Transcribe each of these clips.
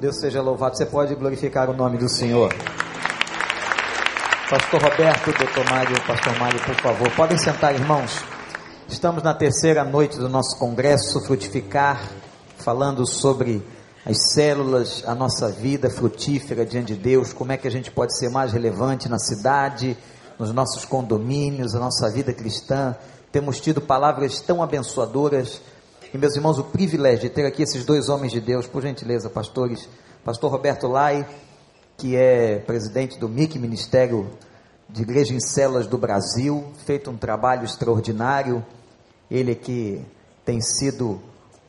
Deus seja louvado. Você pode glorificar o nome do Senhor. Pastor Roberto, doutor Mário, pastor Mário, por favor, podem sentar, irmãos. Estamos na terceira noite do nosso congresso Frutificar, falando sobre as células, a nossa vida frutífera diante de Deus, como é que a gente pode ser mais relevante na cidade, nos nossos condomínios, a nossa vida cristã. Temos tido palavras tão abençoadoras. E, meus irmãos, o privilégio de ter aqui esses dois homens de Deus, por gentileza, pastores. Pastor Roberto Lai, que é presidente do MIC, Ministério de Igreja em Celas do Brasil, feito um trabalho extraordinário. Ele que tem sido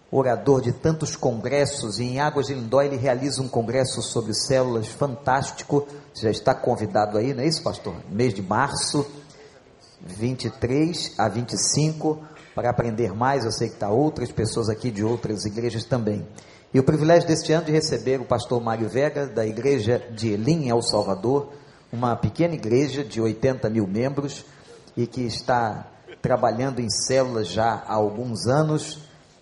orador de tantos congressos, e em Águas de Lindóia ele realiza um congresso sobre células fantástico. Você já está convidado aí, não é isso, pastor? Mês de março, 23 a 25, para aprender mais. Eu sei que está outras pessoas aqui de outras igrejas também. E o privilégio deste ano de receber o pastor Mário Vega, da igreja de Elim, El Salvador, uma pequena igreja de 80 mil membros e que está trabalhando em células já há alguns anos.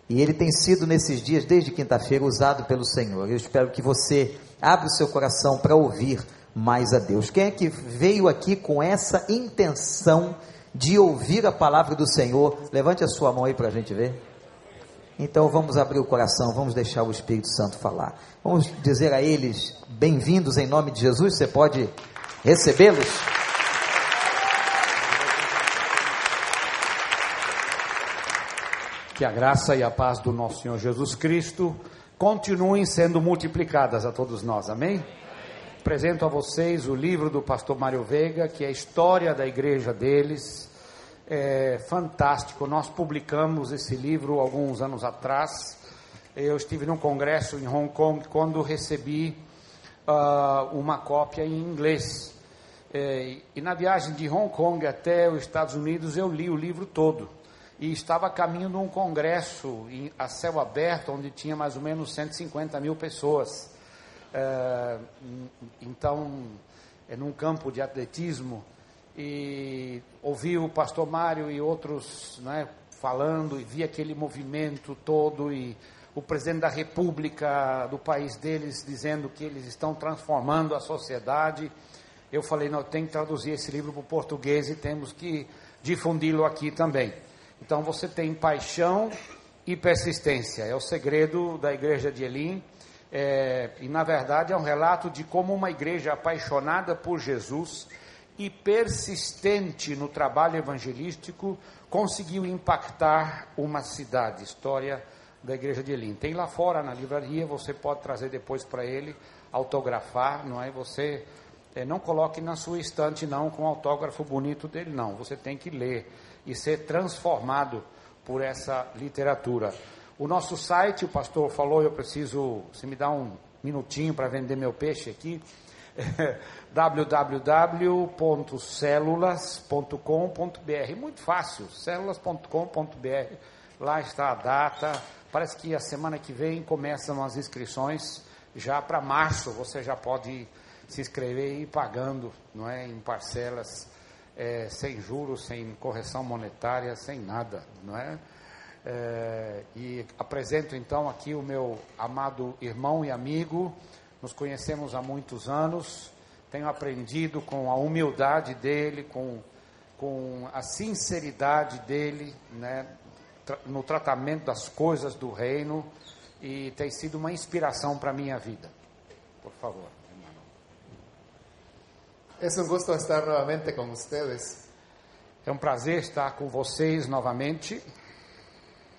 E ele tem sido nesses dias, desde quinta-feira, usado pelo Senhor. Eu espero que você abra o seu coração para ouvir mais a Deus. Quem é que veio aqui com essa intenção de ouvir a palavra do Senhor? Levante a sua mão aí para a gente ver. Então vamos abrir o coração, vamos deixar o Espírito Santo falar. Vamos dizer a eles: bem-vindos em nome de Jesus. Você pode recebê-los? Que a graça e a paz do nosso Senhor Jesus Cristo continuem sendo multiplicadas a todos nós. Amém? Apresento a vocês o livro do pastor Mário Veiga, que é a história da igreja deles é fantástico. Nós publicamos esse livro alguns anos atrás. Eu estive num congresso em Hong Kong quando recebi uh, uma cópia em inglês. É, e na viagem de Hong Kong até os Estados Unidos eu li o livro todo. E estava a caminho de um congresso em, a céu aberto, onde tinha mais ou menos 150 mil pessoas. Uh, então, é num campo de atletismo e ouvi o pastor Mário e outros né, falando e vi aquele movimento todo e o presidente da república do país deles dizendo que eles estão transformando a sociedade. Eu falei, não, tem que traduzir esse livro para o português e temos que difundi-lo aqui também. Então você tem paixão e persistência. É o segredo da igreja de Elim. É, e na verdade é um relato de como uma igreja apaixonada por Jesus e persistente no trabalho evangelístico, conseguiu impactar uma cidade. História da Igreja de Elim. Tem lá fora na livraria, você pode trazer depois para ele, autografar, não é? Você é, não coloque na sua estante, não, com um autógrafo bonito dele, não. Você tem que ler e ser transformado por essa literatura. O nosso site, o pastor falou, eu preciso, se me dá um minutinho para vender meu peixe aqui, www.celulas.com.br. Muito fácil, celulas.com.br. Lá está a data. Parece que a semana que vem começam as inscrições já para março. Você já pode se inscrever e ir pagando, não é, em parcelas, é, sem juros, sem correção monetária, sem nada, não é? é? E apresento então aqui o meu amado irmão e amigo. Nos conhecemos há muitos anos. Tenho aprendido com a humildade dele, com, com a sinceridade dele, né, no tratamento das coisas do reino, e tem sido uma inspiração para a minha vida. Por favor, irmão. É um gosto estar novamente com vocês. É um prazer estar com vocês novamente.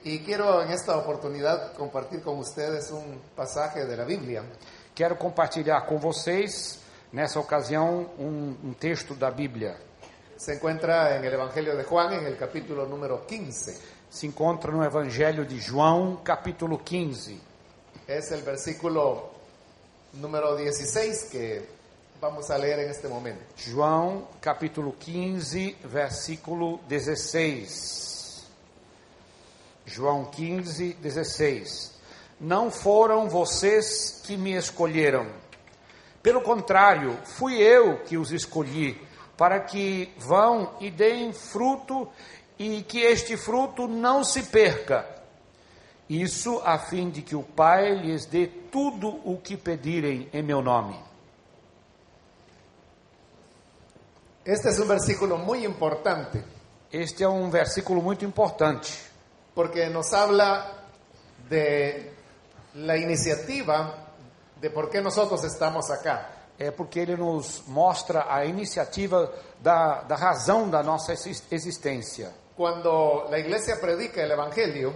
E quero, nesta oportunidade, compartilhar com vocês um passagem da Bíblia quero compartilhar com vocês, nessa ocasião, um, um, texto da Bíblia. Se encontra no Evangelho de João, no capítulo número 15. Se encontra no Evangelho de João, capítulo 15. É o versículo número 16 que vamos a ler neste momento. João, capítulo 15, versículo 16. João 15, 16 não foram vocês que me escolheram. Pelo contrário, fui eu que os escolhi, para que vão e deem fruto e que este fruto não se perca. Isso a fim de que o Pai lhes dê tudo o que pedirem em meu nome. Este es un versículo muy importante Este é um versículo muito importante, porque nos habla de la iniciativa de por qué nosotros estamos acá. é porque ele nos mostra a iniciativa da, da razão da nossa exis- existência. Cuando la iglesia predica el Evangelio,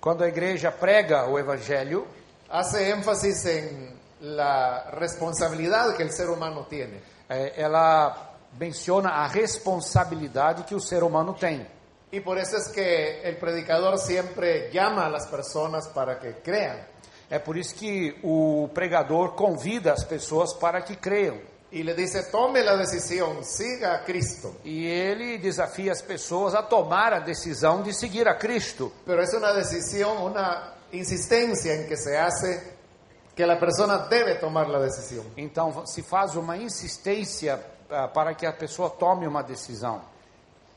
Quando a igreja prega o evangelho, hace énfasis en la responsabilidad que el ser humano tiene. eh, ela menciona a responsabilidade que o ser humano tem. Y por eso es que el predicador siempre llama a las personas para que crean É por isso que o pregador convida as pessoas para que creiam. y le dice, tome la decisión, siga a Cristo. E ele desafia as pessoas a tomar a decisão de seguir a Cristo. Pero es una decisión, una insistencia en que se hace que la persona debe tomar la decisión. Então se faz uma insistência ah, para que a pessoa tome uma decisão.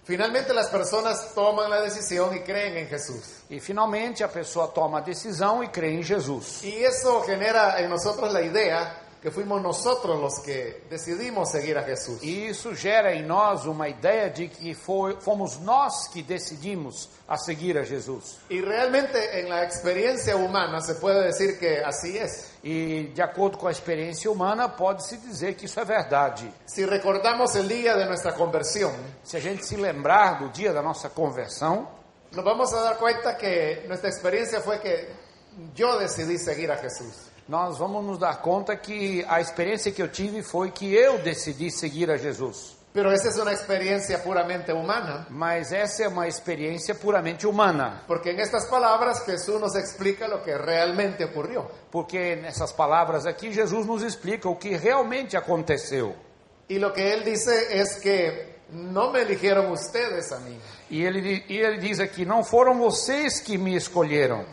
Finalmente las personas toman la decisión y creen en Jesús. E finalmente a pessoa toma a decisão e crê em Jesus. Y eso genera en nosotros la idea que fuimos nosotros los que decidimos seguir a Jesús. E isso gera em nós uma ideia de que foi, fomos nós que decidimos a seguir a Jesus. Y realmente en la experiencia humana se puede decir que así es. E de acordo com a experiência humana, pode-se dizer que isso é verdade. Si recordamos el día de nuestra conversión, Se a gente se lembrar do dia da nossa conversão, nos vamos a dar cuenta que nuestra experiencia fue que yo decidí seguir a Jesús. nós vamos nos dar conta que a experiência que eu tive foi que eu decidi seguir a Jesus. Pero esa es una experiencia puramente humana. Mas essa é uma experiência puramente humana, Porque en estas palabras Jesús nos explica lo que realmente ocurrió. porque nessas palavras aqui Jesus nos explica o que realmente aconteceu. Y lo que él dice es que no me eligieron ustedes a mí, E ele, di- e ele diz aqui: não foram vocês que me escolheram,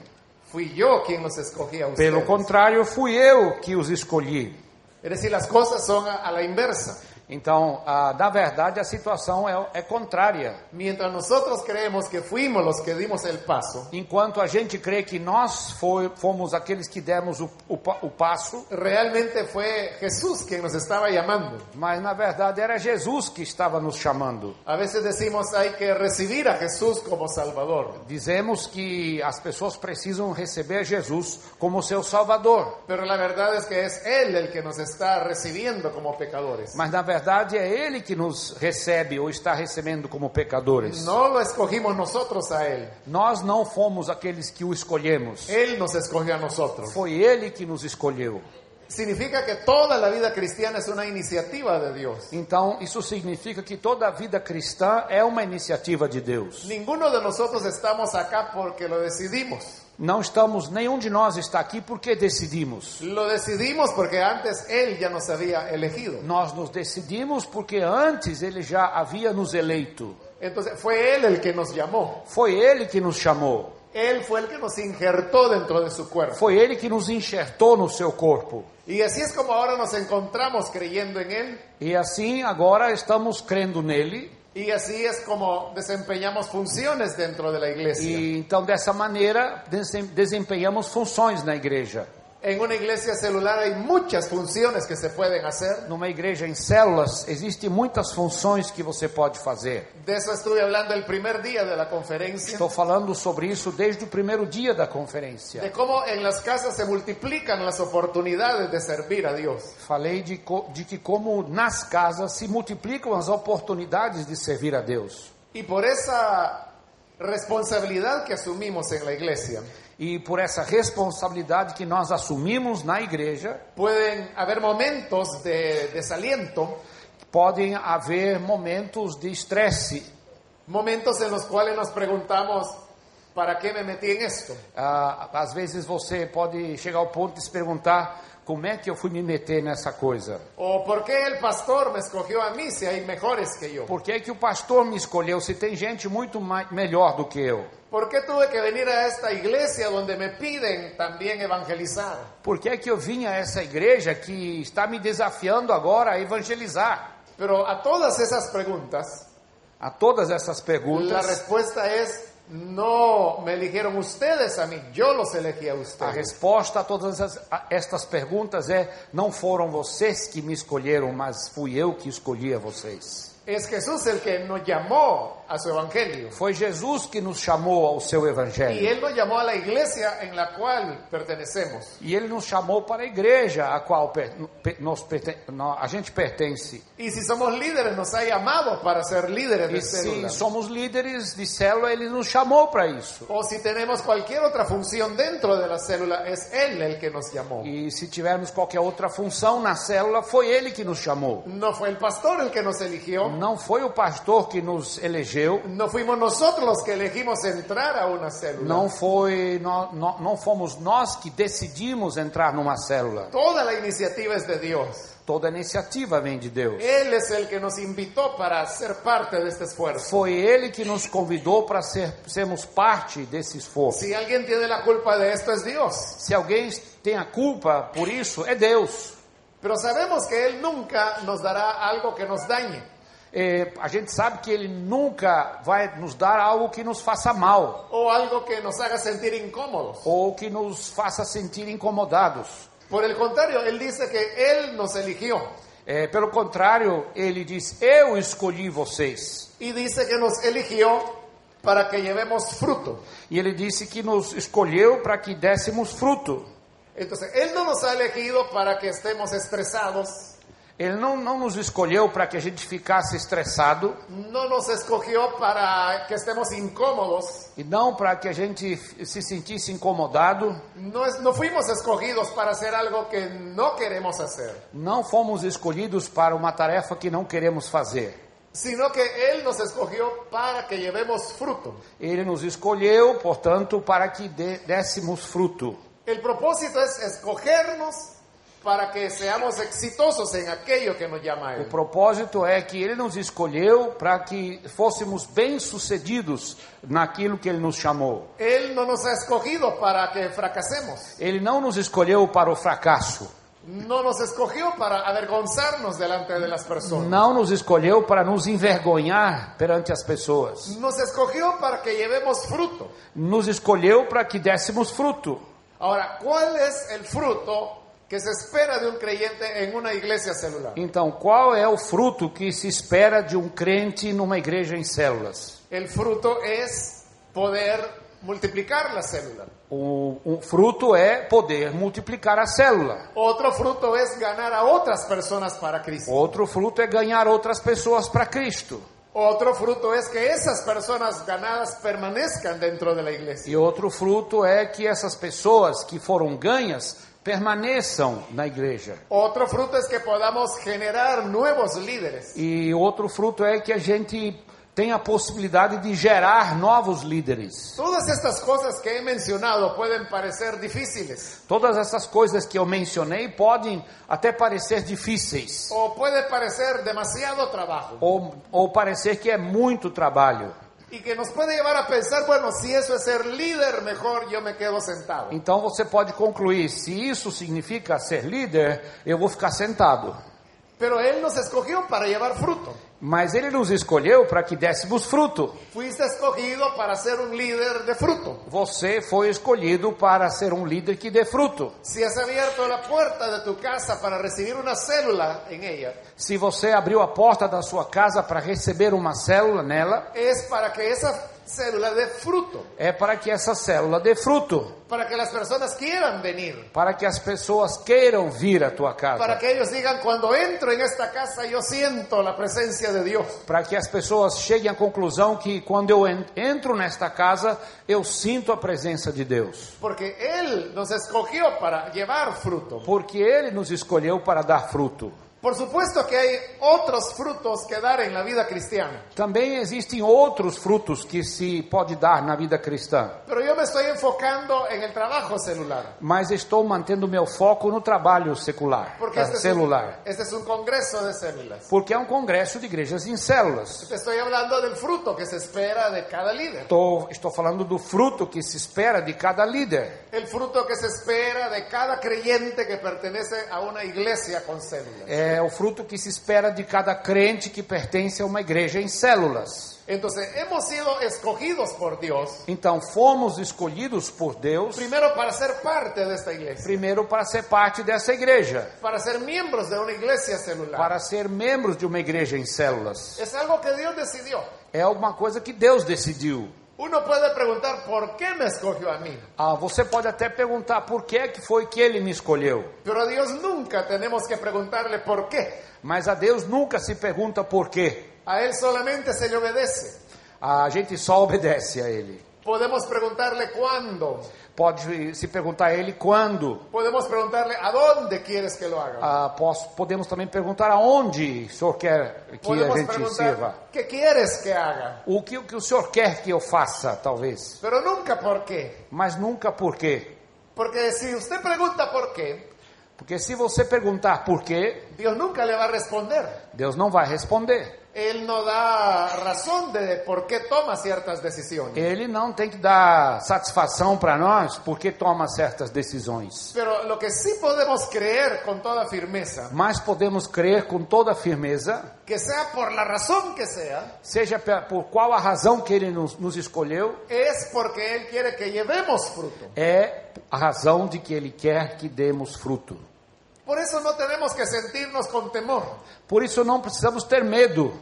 fui yo quien los escogí a ustedes. pelo contrário, fui eu que os escolhi. es decir, las cosas son a, a la inversa. Então, ah, na verdade, a situação é- é contrária. Mientras nosotros creemos que fuimos los que dimos el paso, Enquanto a gente crê que nós foi, fomos aqueles que demos o, o, pa- o passo, realmente fue Jesús quien nos estaba llamando. mas na verdade era Jesus que estava nos chamando. A veces decimos hay que recibir a Jesús como Salvador, Dizemos que as pessoas precisam receber Jesus como seu Salvador, pero la verdad es que es Él el que nos está recibiendo como pecadores. mas na verdade é Ele que nos recebe ou está recebendo como pecadores. No lo escogimos nosotros a Él, Nós não fomos aqueles que o escolhemos, Él nos escogió a nosotros. foi Ele que nos escolheu. Significa que toda la vida cristiana es una iniciativa de Dios. Então isso significa que toda a vida cristã é uma iniciativa de Deus. Ninguno de nosotros estamos acá porque lo decidimos. Não estamos, nenhum de nós está aqui porque decidimos. Lo decidimos porque antes Él ya nos había elegido. Nós nos decidimos porque antes ele já havia nos eleito. Entonces fue Él el que nos llamó. Foi ele que nos chamou. Él fue el que nos injertó dentro de su cuerpo. Foi ele que nos enxertou no seu corpo. Y así es como ahora nos encontramos creyendo en Él. E assim agora estamos crendo nele. Y así es como desempeñamos funciones dentro de la iglesia. E então dessa maneira desem- desempenhamos funções na igreja. En una iglesia celular hay muchas funciones que se pueden hacer. Numa igreja em células existem muitas funções que você pode fazer. De eso estuve hablando el primer día de la conferencia. Estou falando sobre isso desde o primeiro dia da conferência. de cómo en las casas se multiplican las oportunidades de servir a Dios. Falei de, co- de que como nas casas se multiplicam as oportunidades de servir a Deus. Y por esa responsabilidad que asumimos en la iglesia, E por essa responsabilidade que nós assumimos na igreja, pueden haber momentos de desaliento, podem haver momentos de estresse. momentos en los cuales nos preguntamos, ¿para qué me metí en esto? Ah, às vezes você pode chegar ao ponto de se perguntar como é que eu fui me meter nessa coisa. ¿O por qué el pastor me escogió a mí si hay mejores que yo? Por que é que o pastor me escolheu se tem gente muito mai- melhor do que eu? ¿Por qué tuve que venir a esta iglesia donde me piden también evangelizar? Por que é que eu vim a essa igreja que está me desafiando agora a evangelizar? Pero a todas esas preguntas, A todas essas la perguntas, respuesta es No me eligieron ustedes a mí, yo los elegí a A ustedes. resposta a todas as- a estas perguntas é: não foram vocês que me escolheram, mas fui eu que escolhi a vocês. Es Jesús el que nos llamó a su evangelio. Foi Jesus que nos chamou ao seu Y evangelho. Él nos llamó a la iglesia en la cual pertenecemos. E ele nos chamou para a igreja a qual per- pe- nós perten- nó- a gente pertence. Y si somos líderes, nos ha llamado para ser líderes de E se célula. somos líderes de célula, ele nos chamou para isso. O si tenemos cualquier otra función dentro de la célula, es Él el que nos llamó. E se tivermos qualquer outra função na célula, foi ele que nos chamou. No fue el pastor el que nos eligió. Não foi o pastor que nos elegeu, No fuimos nosotros los que elegimos entrar a una célula. não foi nó- nó- não fomos nós que decidimos entrar numa célula. Toda la iniciativa es de Dios. Toda iniciativa vem de Deus. Él es el que nos invitó para ser parte de este esfuerzo. Foi ele que nos convidou para ser, sermos parte desse esforço. Si alguien tiene la culpa de esto es Dios. Se alguém tem a culpa por isso, é Deus. Pero sabemos que Él nunca nos dará algo que nos dañe. É, a gente sabe que ele nunca vai nos dar algo que nos faça mal o algo que nos haga sentir incómodos. ou que nos faça sentir incomodados. Por el contrario, Él dice que Él nos eligió É, pelo contrário, ele diz: Eu escolhi vocês. y dice que nos eligió para que llevemos fruto. E ele disse que nos escolheu para que dessemos fruto. Entonces, Él no nos ha elegido para que estemos estresados, Ele não, não nos escolheu para que a gente ficasse estressado no nos escogió para que estemos incómodos, e não para que a gente f- se sentisse incomodado. no, es- no fuimos escogidos para hacer algo que no queremos hacer, Não fomos escolhidos para uma tarefa que não queremos fazer. sino que Él nos escogió para que llevemos fruto. Ele nos escolheu, portanto, para que dê- dessemos fruto. El propósito es escogernos para que seamos exitosos en aquello que nos llama O Él. propósito é que ele nos escolheu para que fôssemos bem-sucedidos naquilo que ele nos chamou. Él no nos ha escogido para que fracasemos. Ele não nos escolheu para o fracasso. No nos escogió para avergonzarnos delante de las personas. Não nos escolheu para nos envergonhar perante as pessoas. Nos escogió para que llevemos fruto. Nos escolheu para que dessemos fruto. Ahora, ¿cuál es el fruto que se espera de un creyente en una iglesia celular? Então, qual é o fruto que se espera de um crente numa igreja em células? El fruto es poder multiplicar la célula. O, o fruto é poder multiplicar a célula. Otro fruto es ganar a otras personas para Cristo. Outro fruto é ganhar outras pessoas para Cristo. Otro fruto es que esas personas ganadas permanezcan dentro de la iglesia. E outro fruto é que essas pessoas que foram ganhas permaneçam na igreja. Otro fruto es que podamos generar nuevos líderes. E outro fruto é que a gente tem a possibilidade de gerar novos líderes. Todas estas cosas que he mencionado pueden parecer difíciles Todas essas coisas que eu mencionei podem até parecer difíceis o puede parecer demasiado trabajo ou, ou parecer que é muito trabalho. y que nos puede llevar a pensar, bueno, si eso es ser líder, mejor yo me quedo sentado. Então você pode concluir: se isso significa ser líder, eu vou ficar sentado. Pero Él nos escogió para llevar fruto. Mas ele nos escolheu para que dessemos fruto. Fuiste escogido para ser un líder de fruto. Você foi escolhido para ser um líder que dê fruto. Si has abierto la puerta de tu casa para recibir una célula en ella, Se você abriu a porta da sua casa para receber uma célula nela, es para que esa célula dé fruto, é para que essa célula dê fruto, para que las personas quieran venir, para que as pessoas queiram vir à tua para casa, que ellos digan, cuando entro en esta casa yo siento la presencia de Dios. para que as pessoas cheguem à conclusão que quando eu en- entro nesta casa, eu sinto a presença de Deus, Porque Él nos escogió para llevar fruto. porque ele nos escolheu para dar fruto. Por supuesto que hay otros frutos que dar en la vida cristiana. Também existem outros frutos que se pode dar na vida cristã, Pero yo me estoy enfocando en el trabajo celular. mas estou mantendo meu foco no trabalho secular, Porque tá, este, celular. Es un, este es un congreso de células. Porque é um congresso de igrejas em células. Te estoy hablando del fruto que se espera de cada líder. Estou, estou falando do fruto que se espera de cada líder. El fruto que se espera de cada creyente que pertenece a una iglesia con células. É é o fruto que se espera de cada crente que pertence a uma igreja em células. Entonces, hemos sido escogidos por Dios, Então, fomos escolhidos por Deus, primero para ser parte de esta iglesia, primeiro, para ser parte dessa igreja, para ser miembros de una iglesia celular. para ser membros de uma igreja em células. Es algo que Dios decidió. É uma coisa que Deus decidiu. Uno puede preguntar, ¿por qué me escogió a mí? Ah, você pode até perguntar por que é que foi que ele me escolheu, Pero a Dios nunca tenemos que preguntarle por qué. mas a Deus nunca se pergunta por quê. A Él solamente se le obedece. A gente só obedece a ele. Podemos preguntarle cuándo. Pode se perguntar a ele quando. Podemos preguntarle a dónde quieres que lo haga. Ah, posso- podemos também perguntar aonde o senhor quer que a Podemos gente sirva. preguntar qué quieres que haga. O que, o que o senhor quer que eu faça, talvez. Pero nunca por qué. Mas nunca por quê. Porque si usted pregunta por qué, Porque se você perguntar por quê, Dios nunca le va a responder. Deus não vai responder. Él no da razón de por qué toma ciertas decisiones. Ele não tem que dar satisfação para nós porque toma certas decisões. Pero lo que sí podemos creer con toda firmeza, Mas podemos crer com toda firmeza, que sea por la razón que sea, seja pe- por qual a razão que ele nos, nos escolheu, es porque Él quiere que llevemos fruto. é a razão de que ele quer que demos fruto. Por eso no tenemos que sentirnos con temor Por isso não precisamos ter medo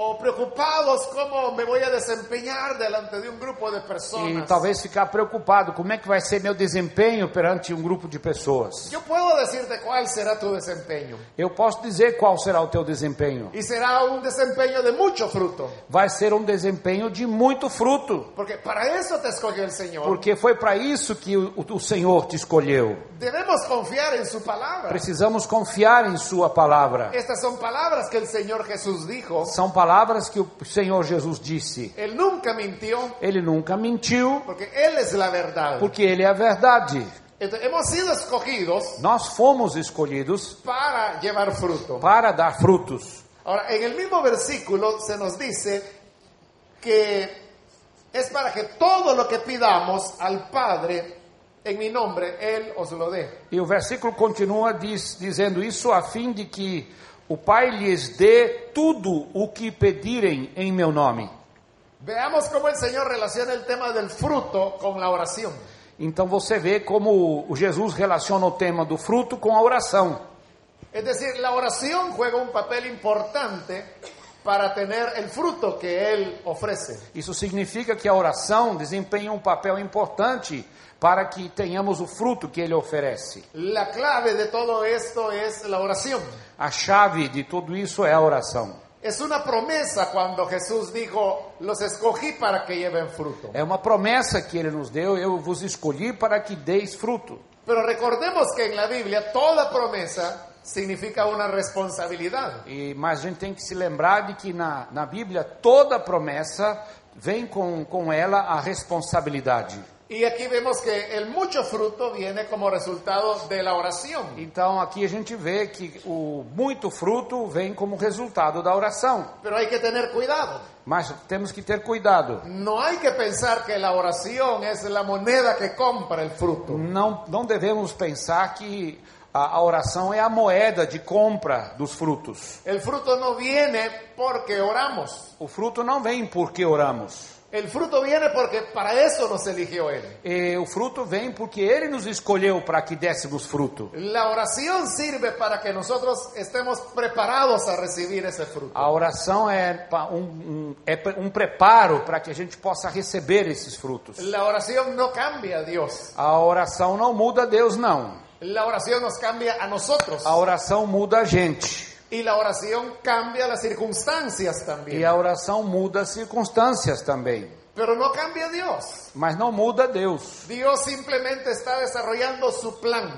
o preocupados cómo me voy a desempeñar delante de un grupo de personas. e talvez ficar preocupado como é que vai ser meu desempenho perante um grupo de pessoas. Yo puedo decirte cuál será tu desempeño. Eu posso dizer qual será o teu desempenho. Y será un desempeño de mucho fruto. Vai ser um desempenho de muito fruto, Porque para eso te escogió el Señor. porque foi para isso que o, o Senhor te escolheu. Debemos confiar en su palabra. Precisamos confiar em Sua palavra. Estas son palabras que el Señor Jesús dijo. São palavras que o Senhor Jesus disse. Él nunca mintió Ele nunca mentiu, porque Él es la verdad. porque Ele é a verdade. Entonces, hemos sido escogidos Nós fomos escolhidos para llevar fruto. para dar frutos. Ahora, en el mismo versículo se nos dice que es para que todo lo que pidamos al Padre en mi nombre, Él os lo dé. E o versículo continua diz- dizendo isso a fim de que o Pai lhes dê tudo o que pedirem em meu nome. Veamos cómo el Señor relaciona el tema del fruto con la oración. Então você vê como o Jesus relaciona o tema do fruto com a oração. Es decir, la oración juega un papel importante para tener el fruto que Él ofrece. Isso significa que a oração desempenha um papel importante para que tenhamos o fruto que ele oferece. La clave de todo esto es la oración. A chave de tudo isso é a oração. Es una promesa cuando Jesús dijo, los escogí para que lleven fruto. É uma promessa que ele nos deu, eu vos escolhi para que deis fruto. Pero recordemos que en la Biblia toda promesa significa una responsabilidad. E, mas a gente tem que se lembrar de que na, na Bíblia toda promessa vem com, com ela a responsabilidade. Y aquí vemos que el mucho fruto viene como resultado de la oración. Então aqui a gente vê que o muito fruto vem como resultado da oração. Pero hay que tener cuidado. Mas temos que ter cuidado. No hay que pensar que la oración es la moneda que compra el fruto. Não, não devemos pensar que a, a oração é a moeda de compra dos frutos. El fruto no viene porque oramos. O fruto não vem porque oramos. El fruto viene porque para eso nos eligió Él. E o fruto vem porque Ele nos escolheu para que dessemos fruto. La oración sirve para que nosotros estemos preparados a recibir ese fruto. A oração é pa- um, um, é pre- um preparo para que a gente possa receber esses frutos. La oración no cambia a Dios. A oração não muda Deus, não. La oración nos cambia a nosotros. A oração muda a gente. Y la oración cambia las circunstancias también. E a oração muda as circunstâncias também. Pero no cambia a Dios. Mas não muda Deus. Dios simplemente está desarrollando su plan.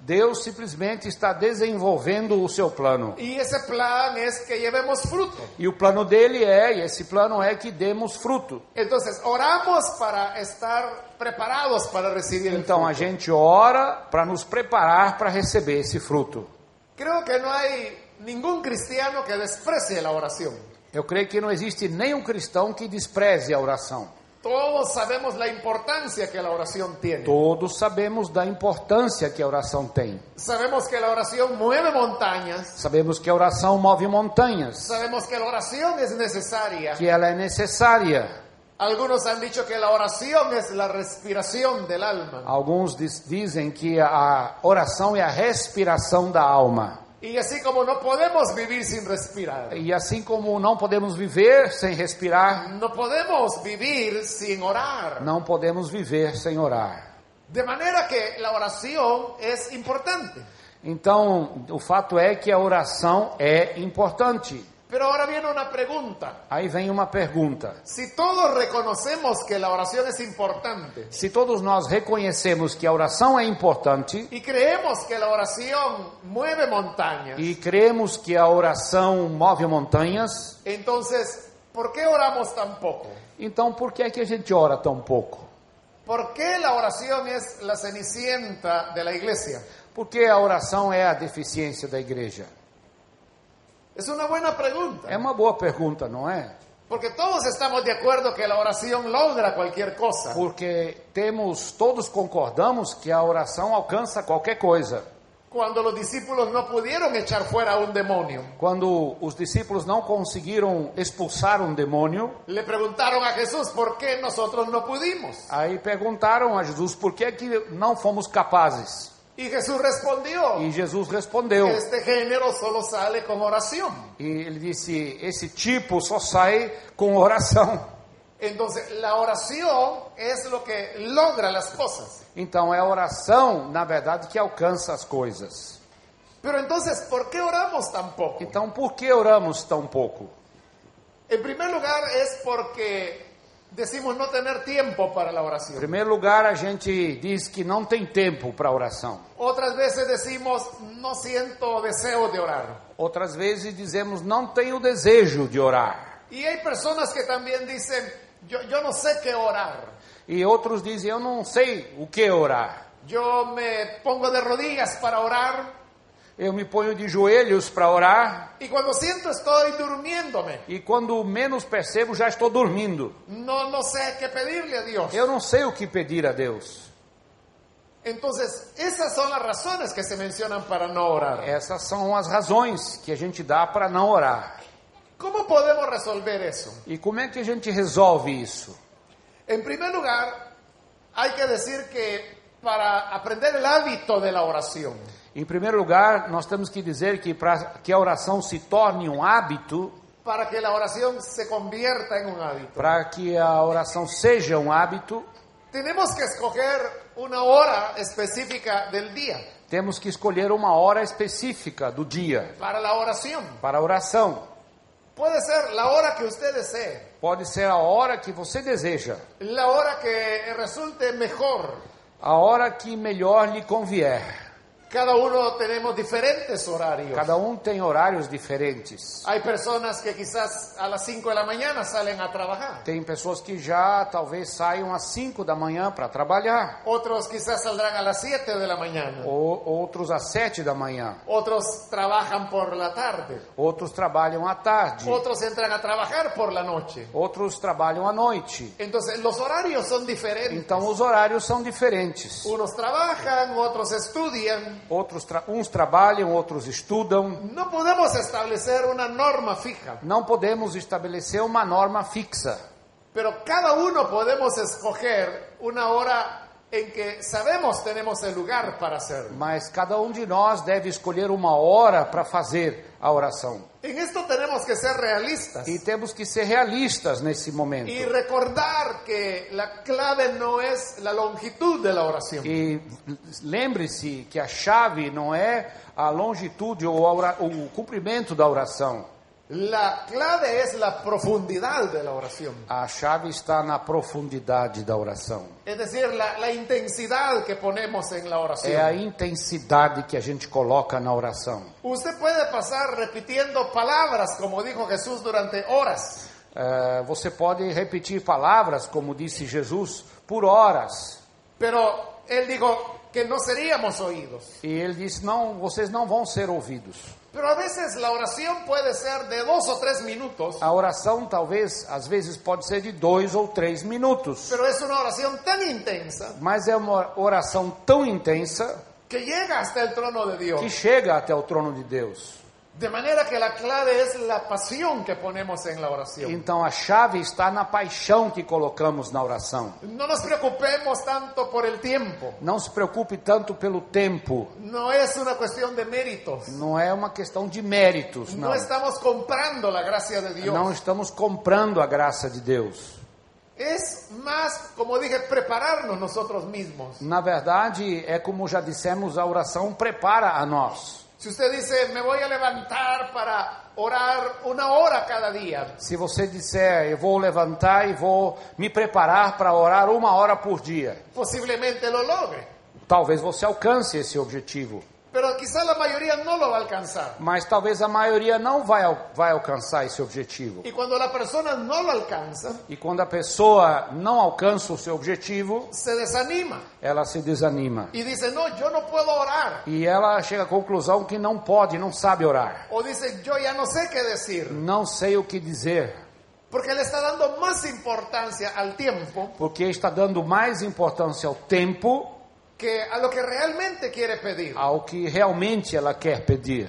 Deus simplesmente está desenvolvendo o seu plano. Y ese plan es que llevemos fruto. E o plano dele é, e esse plano é que demos fruto. Entonces, oramos para estar preparados para recibir el Então a fruto. gente ora para nos preparar para receber esse fruto. Creo que no hay ningún cristiano que desprecie la oración. Eu creio que não existe nenhum cristão que despreze a oração. Todos sabemos la importancia que la oración tiene. Todos sabemos da importância que a oração tem. Sabemos que la oración mueve montañas. Sabemos que a oração move montanhas, Sabemos que la oración es necesaria. que ela é necessária. Algunos han dicho que la oración es la respiración del alma. Alguns diz- dizem que a oração é a respiração da alma. Y así como no podemos vivir sin respirar, E assim como não podemos viver sem respirar, no podemos vivir sin orar. não podemos viver sem orar. De manera que la oración es importante. Então, o fato é que a oração é importante. Pero ahora viene una pregunta. Aí vem uma pergunta: Si todos reconocemos que la oración es importante se todos nós reconhecemos que a oração é importante y creemos que la oración mueve montañas, e cremos que a oração move montanhas, entonces, ¿por qué oramos tan poco? então por que é que a gente ora tão pouco? ¿Por qué la oración es la cenicienta de la iglesia? Porque a oração é a deficiência da igreja. Es una buena É pregunta, uma boa pergunta, não é? porque todos estamos de acuerdo que la oración logra cualquier cosa, Porque temos, todos concordamos que a oração alcança qualquer coisa. cuando los discípulos no pudieron echar fuera a un demonio. Quando os discípulos não conseguiram expulsar um demônio, Le preguntaron a Jesús, ¿por qué nosotros no pudimos? aí perguntaram a Jesus por que é que não fomos capazes. Y Jesús respondió, E Jesus respondeu. que este género solo sale con oración. E ele disse: esse tipo só sai com oração. Entonces, la oración es lo que logra las cosas. Então é a oração, na verdade, que alcança as coisas. Pero entonces, ¿por qué oramos tan poco? Então por que oramos tão pouco? En primer lugar es porque decimos no tener tiempo para la Em oración. primeiro lugar, a gente diz que não tem tempo para oração. Otras veces decimos no siento deseo de orar. Outras vezes dizemos não tenho desejo de orar. Y hay personas que también dicen yo, yo no sé qué orar. E outros dizem eu não sei o que orar. Yo me pongo de rodillas para orar Eu me ponho de joelhos para orar y cuando siento estoy durmiéndome. e quando menos percebo já estou dormindo. No, no sé qué pedirle a Dios. Eu não sei o que pedir a Deus. Entonces, esas son las razones que se mencionan para no orar. Essas são as razões que a gente dá para não orar. ¿Cómo podemos resolver eso? E como é que a gente resolve isso? En primer lugar, hay que decir que para aprender el hábito de la oración, Em primeiro lugar, nós temos que dizer que para que a oração se torne um hábito, para que la oración se convierta en un hábito, para que a oração seja um hábito, tenemos que escoger una hora específica del día Temos que escolher uma hora específica do dia para la oración. para a oração. Puede ser la hora que usted desee, Pode ser a hora que você deseja, la hora que resulte mejor. a hora que melhor lhe convier. Cada uno tenemos diferentes horarios. Cada um tem horários diferentes. Hay personas que quizás a las 5 de la mañana salen a trabajar. Tem pessoas que já talvez saiam às 5 da manhã para trabalhar, Otros quizás saldrán a las 7 de la mañana. ou outros às 7 da manhã, Otros trabajan por la tarde. outros trabalham à tarde, Otros entran a trabajar por la noche. outros trabalham à noite. Entonces los horarios son diferentes. Então os horários são diferentes. Unos trabajan, otros estudian. Outros tra- uns trabalham, outros estudam. No podemos establecer una norma fija, Não podemos estabelecer uma norma fixa. pero cada uno podemos escoger una hora en que sabemos tenemos el lugar para hacerlo. Mas cada um de nós deve escolher uma hora para fazer a oração. En esto tenemos que ser realistas. E temos que ser realistas nesse momento. Y recordar que la clave no es la longitud de la oración, E lembre-se que a chave não é a longitude ou a ora- ou o cumprimento da oração. la clave es la profundidad de la oración, A chave está na profundidade da oração. es decir, la, la intensidad que ponemos en la É a oración. intensidade que a gente coloca na oração. Usted puede pasar repitiendo palabras, como dijo Jesús, durante horas, Eh, você pode repetir palavras, como disse Jesus, por horas. pero él dijo que que no seríamos oídos. E ele disse: Não, vocês não vão ser ouvidos. Pero a veces la oración puede ser de dos o tres minutos, A oração, talvez, às vezes pode ser de dois ou três minutos. pero es una oración tan intensa Mas é uma oração tão intensa que llega hasta el trono de que Dios. chega até o trono de Deus. De manera que la clave es la pasión que ponemos en la oración. Então a chave está na paixão que colocamos na oração. No nos preocupemos tanto por el tiempo. Não se preocupe tanto pelo tempo. No es una cuestión de méritos. Não é uma questão de méritos, não. No estamos comprando la gracia de Dios. Não estamos comprando a graça de Deus. Es más, como dije, prepararnos nosotros mismos. Na verdade, é como já dissemos, a oração prepara a nós. Si usted dice, me voy a levantar para orar una hora cada día, Se você disser, eu vou levantar e vou me preparar para orar uma hora por dia, posiblemente lo logre. talvez você alcance esse objetivo, Pero quizá la mayoría no lo va a alcanzar. mas talvez a maioria não vai, al- vai alcançar esse objetivo. Y cuando la persona no lo alcanza, E quando a pessoa não alcança o seu objetivo, se desanima ela se desanima. y dice, no, yo no puedo orar. E ela chega à conclusão que não pode, não sabe orar. O dice, yo ya no sé qué decir. Não sei o que dizer, Porque le está dando más importancia al tiempo porque está dando mais importância ao tempo que a lo que realmente quiere pedir. ao que realmente ela quer pedir.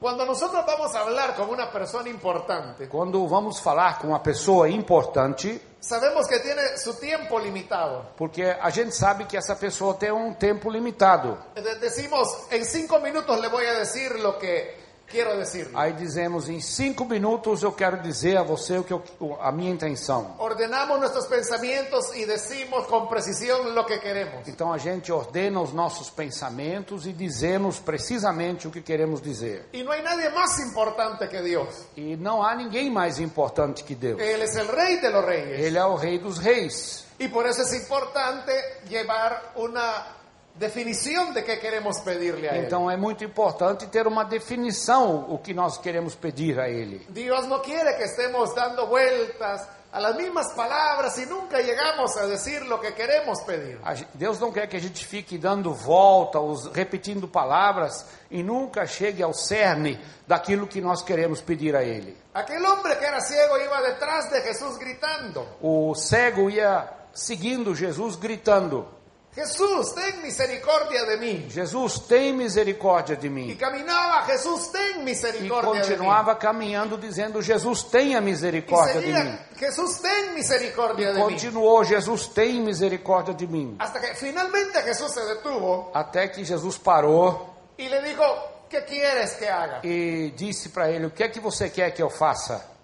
Cuando nosotros vamos a hablar con una persona importante, Quando vamos falar com uma pessoa importante, sabemos que tiene su tiempo limitado. Porque a gente sabe que essa pessoa tem um tempo limitado. De- Decimos, en cinco minutos le voy a decir lo que quiero decir. Aí dizemos, em cinco minutos eu quero dizer a você o que eu, o- a minha intenção. Ordenamos nuestros pensamientos y decimos con precisión lo que queremos. Então a gente ordena os nossos pensamentos e dizemos precisamente o que queremos dizer. Y no hay nadie más importante que Dios. E não há ninguém mais importante que Deus. Él es el rey de los reyes. Ele é o rei dos reis. Y por eso es importante llevar una definición de qué queremos pedirle a Él. Então é muito importante ter uma definição o que nós queremos pedir a ele. Dios no quiere que estemos dando vueltas a las mismas palabras y nunca llegamos a decir lo que queremos pedir. A gen- Deus não quer que a gente fique dando volta, os- repetindo palavras e nunca chegue ao cerne daquilo que nós queremos pedir a Ele. Aquel hombre que era ciego iba detrás de Jesús gritando, O cego ia seguindo Jesus, gritando: Jesús, ten misericordia de mí. Jesus, tem misericórdia de Y mim. caminaba, Jesús, ten E misericordia de mí. continuava caminhando, dizendo: Jesus, tenha Y misericórdia de mim. seguía, Jesús, ten misericordia de mí. Continuou: Jesus, tem misericórdia de mim. Hasta que finalmente Jesús se detuvo Até que Jesus parou y le dijo, ¿qué quieres que haga? e disse para ele: O que é que você quer que eu faça?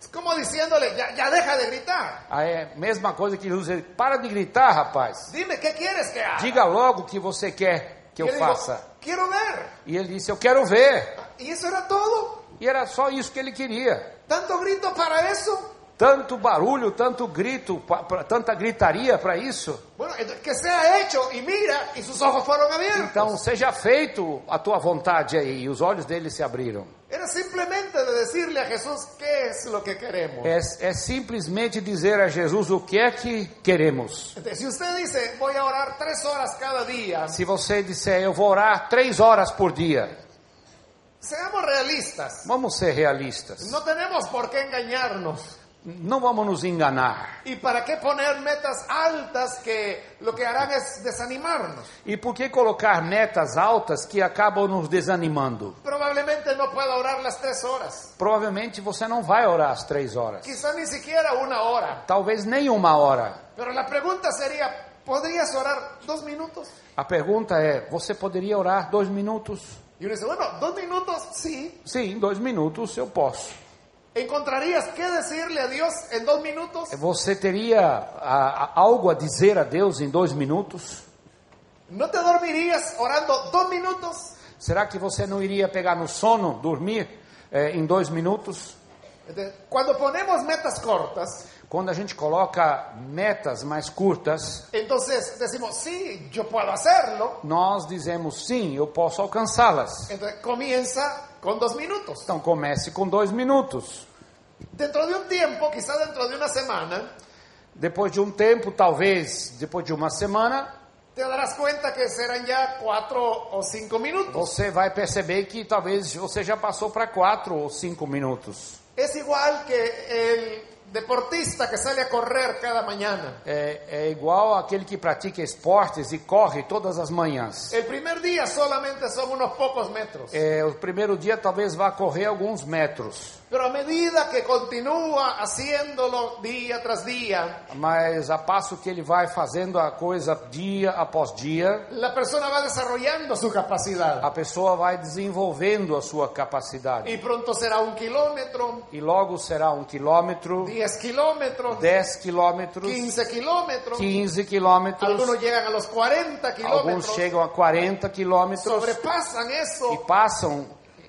Es como diciéndole, ya, ya deja de gritar. Aí é a mesma coisa que Jesus disse: Para de gritar, rapaz. Dime, ¿qué quieres que haga? Diga logo o que você quer que Y eu él dijo, faça. Quiero ver. E ele disse: Eu quero ver. Y eso era todo. E era só isso que ele queria. Tanto grito para eso. Tanto barulho, tanto grito, pa- pra- tanta gritaria para isso. Bueno, ent- que sea hecho y mira, y sus ojos fueron abiertos. Então seja feito a tua vontade aí. E os olhos dele se abriram. Era simplemente de decirle a Jesús qué es lo que queremos. É, é simplesmente dizer a Jesus o que é que queremos. Entonces, si usted dice, voy a orar tres horas cada día, Se você disser, eu vou orar três horas por dia, seamos realistas. vamos ser realistas. No tenemos por qué engañarnos. Não vamos nos enganar. ¿Y para qué poner metas altas que lo que harán es desanimarnos? E por que colocar metas altas que acabam nos desanimando? Probablemente no pueda orar las tres horas. Provavelmente você não vai orar às três horas. Quizá ni siquiera una hora. Talvez nem uma hora. Pero la pregunta sería, ¿podrías orar dos minutos? A pergunta é: você poderia orar dois minutos? Y uno dice, bueno, dos minutos, sí. Sim, dois minutos eu posso. ¿Encontrarías qué decirle a Dios en dos minutos? Você teria a- a- algo a dizer a Deus em dois minutos? ¿No te dormirías orando dos minutos? Será que você não iria pegar no sono, dormir eh, em dois minutos? Entonces, Cuando ponemos metas cortas, Quando a gente coloca metas mais curtas, entonces decimos, sí, yo puedo hacerlo. nós dizemos sim, eu posso alcançá-las. Entonces comienza con dos minutos. Então comece com dois minutos. Dentro de un tiempo, quizá dentro de una semana, Depois de um tempo, talvez depois de uma semana, te darás cuenta que serán ya cuatro o cinco minutos. Você vai perceber que talvez você já passou para quatro ou cinco minutos. Es igual que el deportista que sale a correr cada mañana. É, é igual aquele que pratica esportes e corre todas as manhãs. El primer día solamente son unos pocos metros, É, o primeiro dia talvez vá correr alguns metros, pero a medida que continúa haciéndolo día tras día, mas a passo que ele vai fazendo a coisa dia após dia, la persona va desarrollando su a capacidad pessoa vai desenvolvendo a sua capacidade. y pronto será un kilómetro, E logo será um quilômetro, 10 kilómetros, 10 quilômetros, 15 kilómetros, 15 quilômetros, algunos llegan a los 40 alguns kilómetros, chegam a 40 quilômetros sobrepasan e eso. passam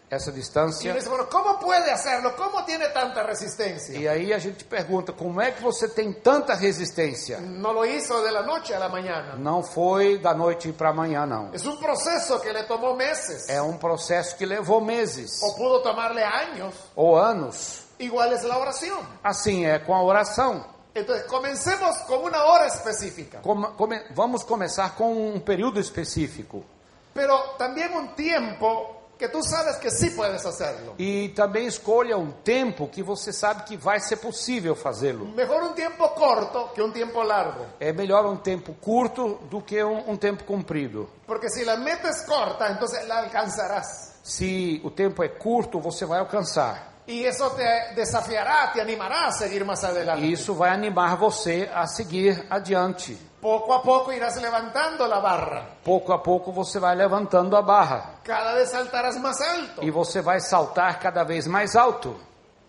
essa Y uno distância. dice, bueno, ¿cómo puede hacerlo? ¿Cómo tiene tanta resistencia? E aí a gente pergunta, como é que você tem tanta resistência? No lo hizo de la noche a la mañana. Não foi da noite para amanhã, não. Es un proceso que le tomó meses É um processo que levou meses o pudo tomarle años. ou anos. Igual es la oración. Assim é com a oração. Entonces, comencemos con una hora específica, Come- come- vamos começar com um período específico. pero también un tiempo que tú sabes que sí puedes hacerlo. E também escolha um tempo que você sabe que vai ser possível fazê-lo. Mejor un tiempo corto que un tiempo largo, É melhor um tempo curto do que um, um tempo comprido. porque si la meta es corta, entonces la alcanzarás. Se o tempo é curto, você vai alcançar. Y eso te desafiará, te animará a seguir más adelante. E isso vai animar você a seguir adiante. Poco a poco irás levantando la barra. Pouco a pouco você vai levantando a barra. Cada vez saltarás más alto. E você vai saltar cada vez mais alto.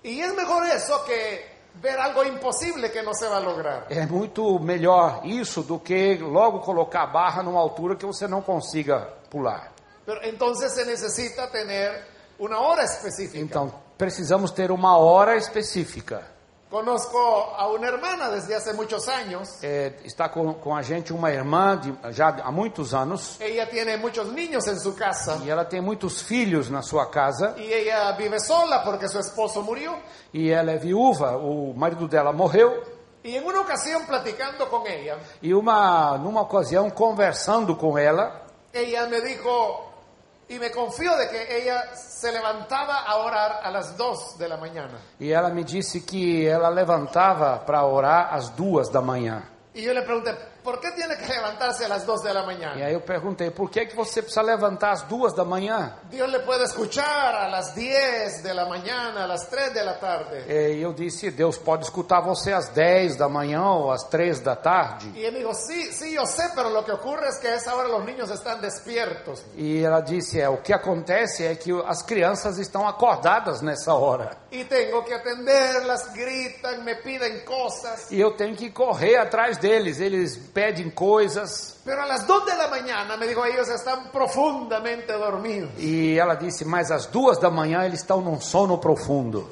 Y es mejor eso que ver algo imposible que no se va a lograr. É muito melhor isso do que logo colocar a barra numa altura que você não consiga pular. Pero entonces se necesita tener una hora específica. Então, precisamos ter uma hora específica. Conozco a una hermana desde hace muchos años. É, está com, com a gente uma irmã de, já há muitos anos Ella tiene muchos niños en su casa e ela tem muitos filhos na sua casa y ella vive sola porque su esposo murió. e ela é viúva. O marido dela morreu Y en una ocasión platicando con ella, e uma numa ocasião conversando com ela, ella me dijo y me confió de que ella se levantaba a orar a las 2 de la mañana. E ela me disse que ela levantava para orar às duas da manhã. Y yo le pregunté, ¿por qué tiene que levantarse a las 2 de la E mañana? aí eu perguntei, por que, que você precisa levantar às duas da manhã? Dios le puede escuchar a las 10 de la mañana, a las 3 de la tarde. E eu disse, Deus pode escutar você às dez da manhã ou às três da tarde. Y él me dijo, sí, sí, yo sé, pero lo que ocurre es que a esa hora los niños están despiertos. E ela disse, é, o que acontece é que as crianças estão acordadas nessa hora. Y tengo que atenderlas, gritan, me piden cosas. E eu tenho que correr atrás deles, eles pedem coisas. Pero a las 2 de la mañana, me dijo, ellos están profundamente dormidos. E ela disse, mas às duas da manhã eles estão num sono profundo.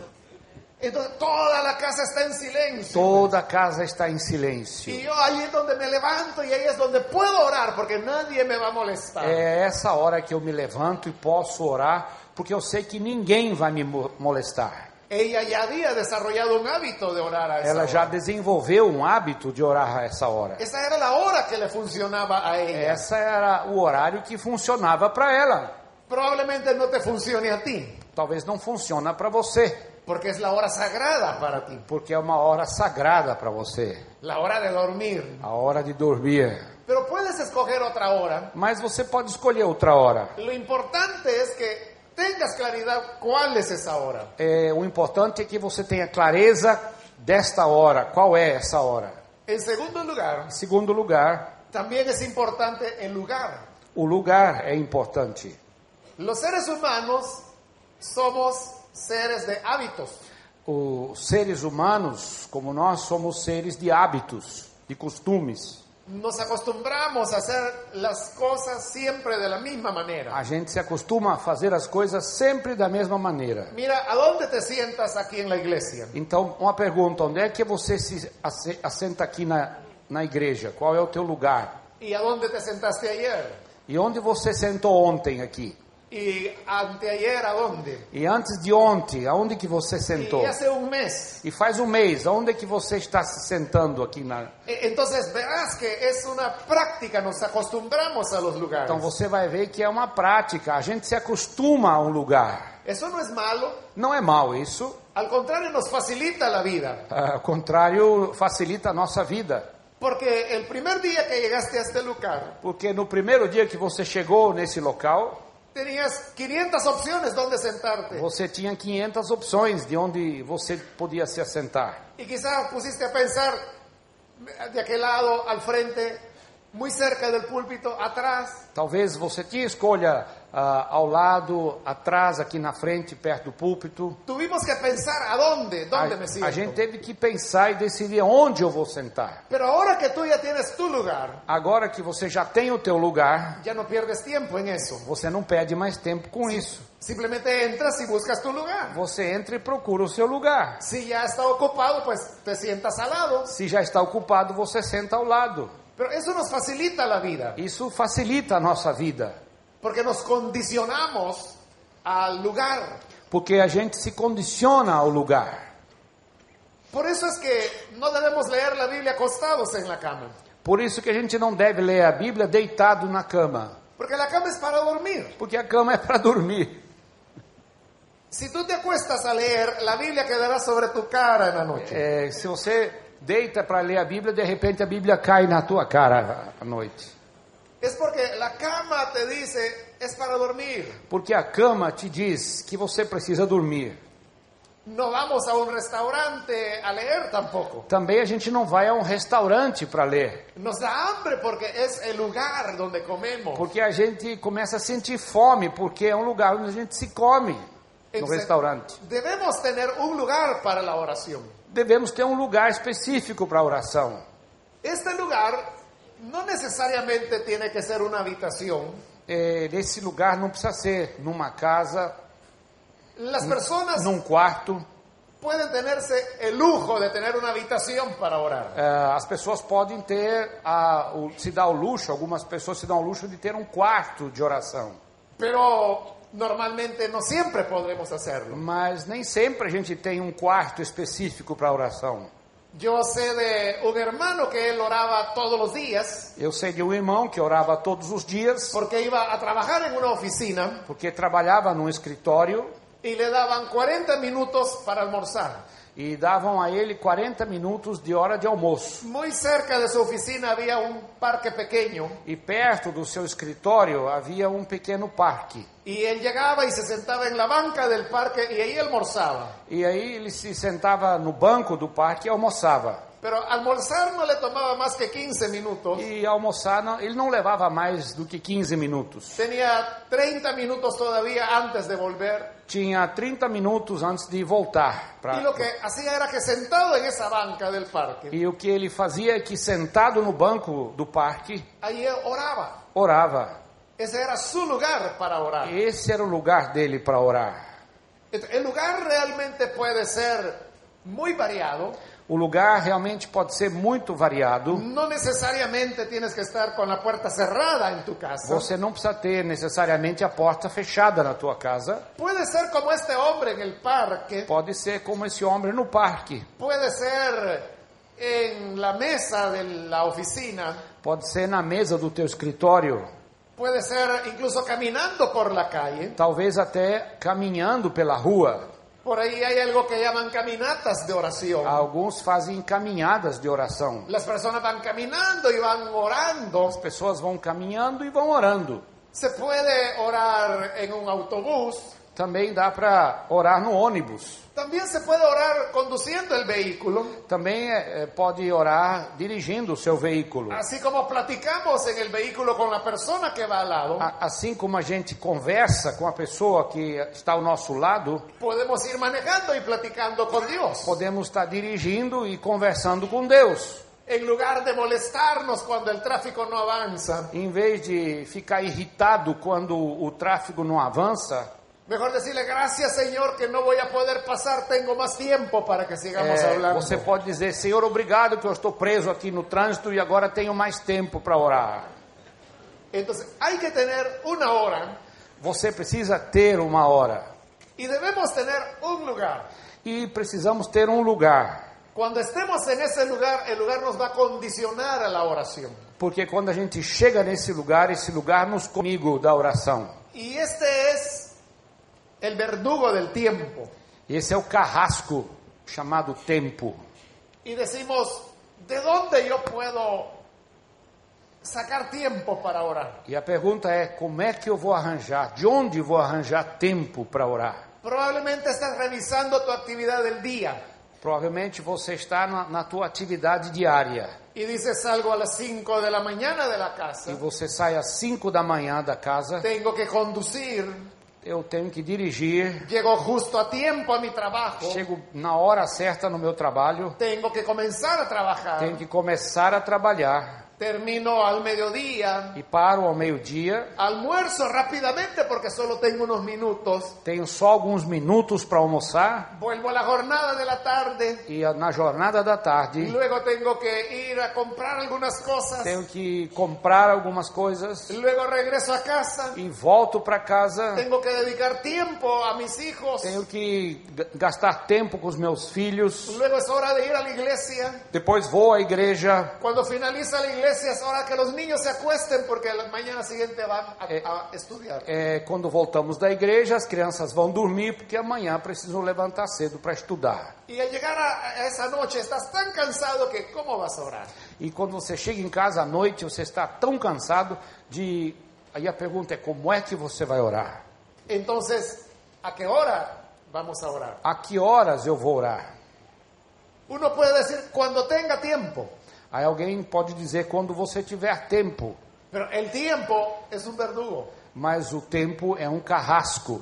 Entonces toda la casa está en silencio. Toda a casa está em silêncio. Y yo ahí es donde me levanto y ahí es donde puedo orar porque nadie me va a molestar. É essa hora que eu me levanto e posso orar, porque eu sei que ninguém vai me mo- molestar. Ella ya había desarrollado un hábito de orar a esa Ela hora. já desenvolveu um hábito de orar a essa hora. Esa era la hora que le funcionaba a ella. Essa era o horário que funcionava para ela. Probablemente no te funcione a ti Talvez não funciona para você, porque es la hora sagrada para ti. porque é uma hora sagrada para você, la hora de dormir. a hora de dormir. Pero puedes escoger otra hora. Mas você pode escolher outra hora. Lo importante es que tengas claridad cuál es esa hora. É, o importante é que você tenha clareza desta hora. Qual é essa hora? En segundo lugar, Em segundo lugar, también es importante el lugar. o lugar é importante. Los seres humanos somos seres de hábitos. Os seres humanos, como nós, somos seres de hábitos, de costumes. Nos acostumbramos a hacer las cosas siempre de la misma manera. A gente se acostuma a fazer as coisas sempre da mesma maneira. Mira, ¿a dónde te sientas aquí en la iglesia? Então, uma pergunta: onde é que você se asse- assenta aqui na, na igreja? Qual é o teu lugar? ¿Y a dónde te sentaste ayer? E onde você sentou ontem aqui? Y anteayer, ¿a dónde? E antes de ontem, aonde que você sentou? Y hace un mes. E faz um mês, aonde que você está se sentando aqui na. E- Entonces verás que es una práctica, nos acostumbramos a los lugares. Então você vai ver que é uma prática, a gente se acostuma a um lugar. Eso no es malo, Não é mal isso, al contrario nos facilita la vida. ah, ao contrário, facilita a nossa vida. Porque el primer día que llegaste a este lugar, Porque no primeiro dia que você chegou nesse local, tenías 500 opciones donde sentarte. você tinha 500 opções de onde você podia se assentar. Y quizás pusiste a pensar de aquel lado, al frente, muy cerca del púlpito, atrás. Talvez você tinha escolha ah, ao lado, atrás, aqui na frente, perto do púlpito. Tuvimos que pensar a dónde, dónde me A, siento. a gente teve que pensar e decidir onde eu vou sentar. Pero ahora que tú ya tienes tu lugar, Agora que você já tem o teu lugar, ya no pierdes tiempo en eso. você não perde mais tempo com isso. Simplemente entras y buscas tu lugar. Você entra e procura o seu lugar. Si ya está ocupado, pues te sientas al lado. Se já está ocupado, você senta ao lado. Pero eso nos facilita la vida, Isso facilita a nossa vida, porque nos condicionamos al lugar. porque a gente se condiciona ao lugar. Por eso es que no debemos leer la Biblia acostados en la cama, Por isso que a gente não deve ler a Bíblia deitado na cama, porque la cama es para dormir. porque a cama é para dormir. Si tú te acuestas a leer, la Biblia quedará sobre tu cara en la noche. É, se você deita para ler a Bíblia, de repente a Bíblia cai na tua cara à noite. Es porque la cama te dice, es para dormir. Porque a cama te diz que você precisa dormir. No vamos a un restaurante a leer tampoco. Também a gente não vai a um restaurante para ler, Nos da hambre porque es el lugar donde comemos. porque a gente começa a sentir fome, porque é um lugar onde a gente se come no Entonces, restaurante. Debemos tener un lugar para la oración. Devemos ter um lugar específico para oração. Este lugar no necesariamente tiene que ser una habitación. É, nesse lugar não precisa ser numa casa, Las personas num quarto. pueden tenerse el lujo de tener una habitación para orar. É, as pessoas podem ter, a, o, se dá o luxo, algumas pessoas se dão o luxo de ter um quarto de oração. Pero normalmente no siempre podremos hacerlo. Mas nem sempre a gente tem um quarto específico para oração. Yo sé de un hermano que él oraba todos los días Eu sei de um irmão que orava todos os dias, porque iba a trabajar en una oficina porque trabalhava num escritório y le daban 40 minutos para almorzar. e davam a ele 40 minutos de hora de almoço. Muy cerca de su oficina había un parque pequeño E perto do seu escritório havia um pequeno parque. y él llegaba y se sentaba en la banca del parque y ahí almorzaba. E aí ele se sentava no banco do parque e almoçava. Pero almorzar no le tomaba más que 15 minutos. E almoçar não- ele não levava mais do que 15 minutos. Tenía 30 minutos todavía antes de volver. Tinha 30 minutos antes de voltar. Pra... Y lo que hacía era que sentado en esa banca del parque, E o que ele fazia é que sentado no banco do parque, ahí él oraba. orava. Ese era su lugar para orar. Esse era o lugar dele para orar. El lugar realmente puede ser muy variado. O lugar realmente pode ser muito variado. No necesariamente tienes que estar con la puerta cerrada en tu casa. Você não precisa ter necessariamente a porta fechada na tua casa. Puede ser como este hombre en el parque, Pode ser como esse homem no parque. puede ser en la mesa de la oficina, Pode ser na mesa do teu escritório. puede ser incluso caminando por la calle. Talvez até caminhando pela rua. Por ahí hay algo que llaman caminatas de oración. Alguns fazem caminhadas de oração. Las personas van caminando y van orando. As pessoas vão caminhando e vão orando. Se puede orar en un autobús. Também dá para orar no ônibus. También se puede orar conduciendo el vehículo. Também eh, pode orar dirigindo o seu veículo. Así como platicamos en el vehículo con la persona que va al lado, A- Assim como a gente conversa com a pessoa que está ao nosso lado, podemos ir manejando y platicando con Dios. podemos estar dirigindo e conversando com Deus. En lugar de molestarnos cuando el tráfico no avanza, Em vez de ficar irritado quando o tráfego não avança, mejor decirle gracias Señor que no voy a poder pasar, tengo más tiempo para que sigamos É, hablando. você pode dizer, Senhor, obrigado que eu estou preso aqui no trânsito e agora tenho mais tempo para orar. Entonces hay que tener una hora Você precisa ter uma hora. Y debemos tener un lugar. E precisamos ter um lugar. Cuando estemos en ese lugar, el lugar nos va a condicionar a la oración. Porque quando a gente chega nesse lugar, esse lugar nos comigo da oração. Y este es el verdugo del tiempo. Esse é o carrasco chamado tempo. Y decimos, ¿de dónde yo puedo sacar tiempo para orar? E a pergunta é: como é que eu vou arranjar? De onde vou arranjar tempo para orar? Probablemente estás revisando tu actividad del día Provavelmente você está na, na tua atividade diária y dices salgo a las 5 de la mañana de la e casa. você sai às 5 da manhã da casa. Tengo que conducir. Eu tenho que dirigir, Llego justo a tiempo a mi trabajo. chego na hora certa no meu trabalho, Tengo que comenzar a tenho trabajar. que começar a trabalhar Termino al mediodía. e paro ao meio-dia. Almuerzo rápidamente porque solo tengo unos minutos. Tenho só alguns minutos para almoçar Vuelvo a la jornada de la tarde. e a- na jornada da Y tarde luego tengo que ir a comprar algunas cosas. tenho que comprar algumas coisas Luego regreso a casa. e volto para casa. Tengo que dedicar tiempo a mis hijos. Tenho que g- gastar tempo com os meus filhos. Luego es hora de ir a la iglesia. Depois vou à igreja. Cuando finaliza la iglesia es hora que los niños se acuesten porque a la mañana siguiente van a, Eh, a estudiar. É, quando voltamos da igreja, as crianças vão dormir porque amanhã precisam levantar cedo para estudar. Y al llegar a, a esa noche estás tan cansado que ¿cómo vas a orar? E quando você chega em casa à noite, você está tão cansado de. Aí a pergunta é: como é que você vai orar? Entonces, ¿a qué hora vamos a orar? A que horas eu vou orar? Uno puede decir cuando tenga tiempo, Aí alguém pode dizer quando você tiver tempo, pero el tiempo es un verdugo. mas o tempo é um carrasco.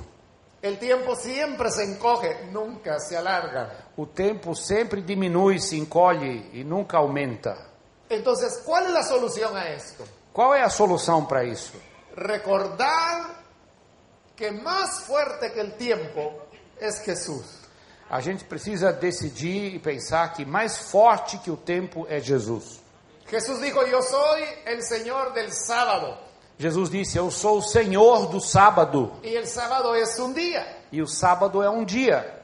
El tiempo siempre se encoge, nunca se alarga. O tempo sempre diminui, se encolhe e nunca aumenta. Entonces, ¿cuál es la solución a esto? Qual é a solução para isso? Recordar que más fuerte que el tiempo es Jesús. A gente precisa decidir e pensar que mais forte que o tempo é Jesus. Jesús dijo, yo soy el Señor del sábado. Jesus disse: Eu sou o Senhor do sábado. Y el sábado es un día. E o sábado é um dia.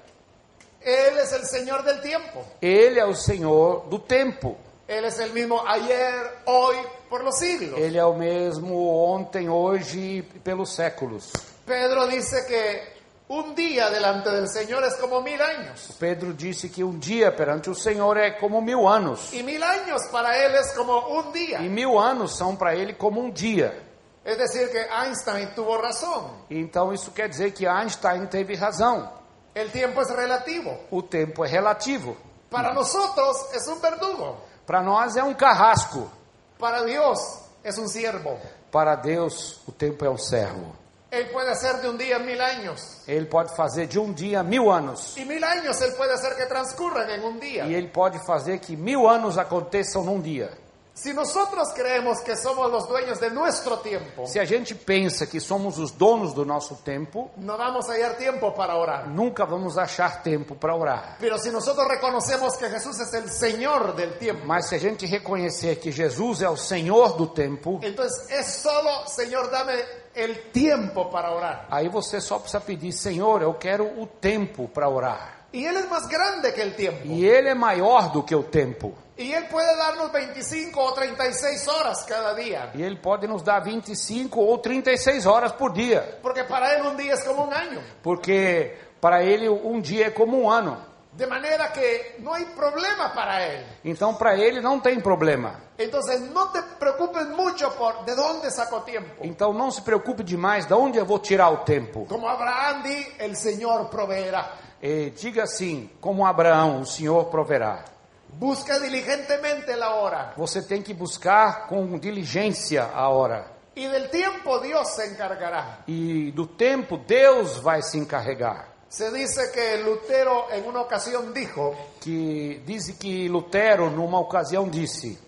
Él es el Señor del tiempo. Ele é o Senhor do tempo. Él es el mismo ayer, hoy, por los siglos. Ele é o mesmo ontem, hoje e pelos séculos. Pedro dice que un día delante del Señor es como mil años. Pedro disse que um dia perante o Senhor é como mil anos. Y mil años para Él es como un día. E mil anos são para ele como um dia. Es decir, que Einstein tuvo razón. Então isso quer dizer que Einstein teve razão. El tiempo es relativo. O tempo é relativo. Para nosotros es un verdugo. Para nós é um carrasco. Para Dios es un siervo. Para Deus, o tempo é um servo. Él puede hacer de un día mil años. Ele pode fazer de um dia mil anos. Y mil años Él puede hacer que transcurran en un día. E ele pode fazer que mil anos aconteçam num dia. Si nosotros creemos que somos los dueños de nuestro tiempo, Se a gente pensa que somos os donos do nosso tempo, no vamos a hallar tiempo para orar. nunca vamos achar tempo para orar. Pero si nosotros reconocemos que Jesús es el Señor del tiempo, Mas se a gente reconhecer que Jesus é o Senhor do tempo, entonces es solo, Señor, dame el tiempo para orar. aí você só precisa pedir: Senhor, eu quero o tempo para orar. Y Él es más grande que el tiempo. E ele é maior do que o tempo. Y Él puede darnos 25 o 36 horas cada día. E ele pode nos dar 25 ou 36 horas por dia. Porque para Él un día es como un año. porque para ele um dia é como um ano. De manera que no hay problema para Él. Então para ele não tem problema. Entonces no te preocupes mucho por de dónde saco tiempo. Então não se preocupe demais de onde eu vou tirar o tempo. Como Abraham di, el Señor proveerá. E diga assim, como Abraão, o Senhor proverá. Busca diligentemente la hora. Você tem que buscar com diligência a hora. Y del tiempo Dios se encargará. E do tempo Deus vai se encarregar. Se dice que Lutero en una ocasión dijo, Que diz que Lutero numa ocasião disse: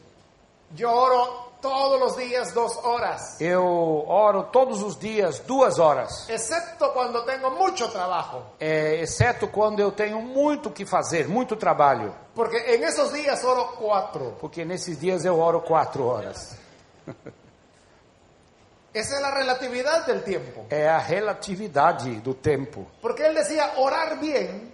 yo oro todos los días dos horas, "Eu oro todos os dias duas horas, excepto cuando tengo mucho trabajo, é, exceto quando eu tenho muito o que fazer, muito trabalho. porque en esos días oro cuatro. Porque nesses dias eu oro quatro horas. Esa es la relatividad del tiempo. É a relatividade do tempo. Porque él decía, orar bien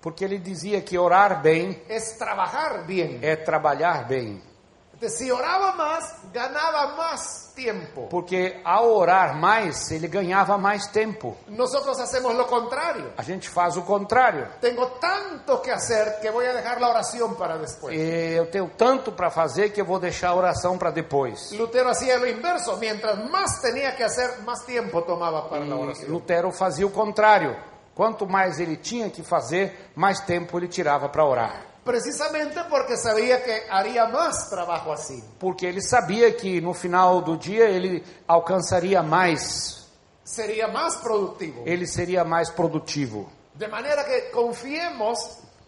Porque ele dizia que orar bem es trabajar bien. é trabalhar bem. Entonces, si oraba más, ganaba más tiempo. Porque ao orar mais, ele ganhava mais tempo. Nosotros hacemos lo contrario. A gente faz o contrário. Tengo tanto que hacer que voy a dejar la oración para después. E eu tenho tanto para fazer que eu vou deixar a oração para depois. Lutero hacía lo inverso. Mientras más tenía que hacer, más tiempo tomaba para la E oración. Lutero fazia o contrário. Quanto mais ele tinha que fazer, mais tempo ele tirava para orar. Precisamente porque sabía que haría más trabajo así. Porque ele sabia que no final do dia ele alcançaria mais, Sería más productivo. ele seria mais produtivo. De manera que confiemos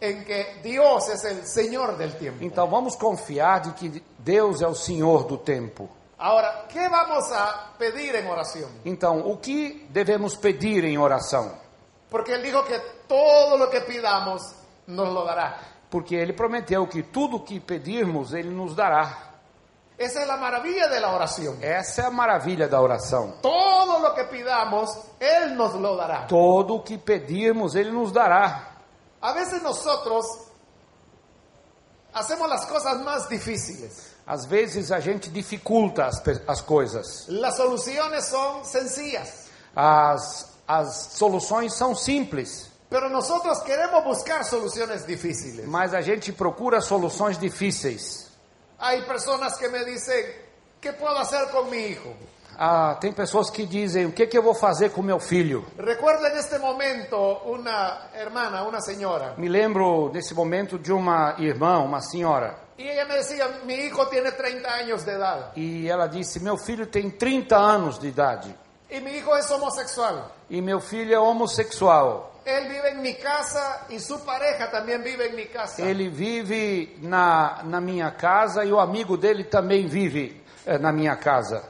en que Dios es el Señor del tiempo. Então vamos confiar de que Deus é o Senhor do tempo. Ahora, ¿qué vamos a pedir en oración? Então, o que devemos pedir em oração? Porque Él dijo que todo lo que pidamos nos lo dará. Porque ele prometeu que tudo o que pedirmos, ele nos dará. Esa es la maravilla de la oración. Essa é a maravilha da oração. Todo lo que pidamos, Él nos lo dará. Todo o que pedirmos, ele nos dará. A veces nosotros hacemos las cosas más difíciles. Às vezes a gente dificulta as, pe- as coisas. Las soluciones son sencillas, As, as soluções são simples, pero nosotros queremos buscar soluciones difíciles. mas a gente procura soluções difíceis. Hay personas que me dicen, ¿qué puedo hacer con mi hijo? Ah, tem pessoas que dizem: o que, que eu vou fazer com meu filho? Recuerdo en este momento una hermana, una señora, Me lembro nesse momento de uma irmã, uma senhora, y ella me decía, mi hijo tiene 30 años de edad e ela disse: Meu filho tem 30 anos de idade y mi hijo es homosexual. e meu filho é homossexual. Él vive en mi casa y su pareja también vive en mi casa. Tá. Ele vive na, na minha casa e o amigo dele também vive eh, na minha casa.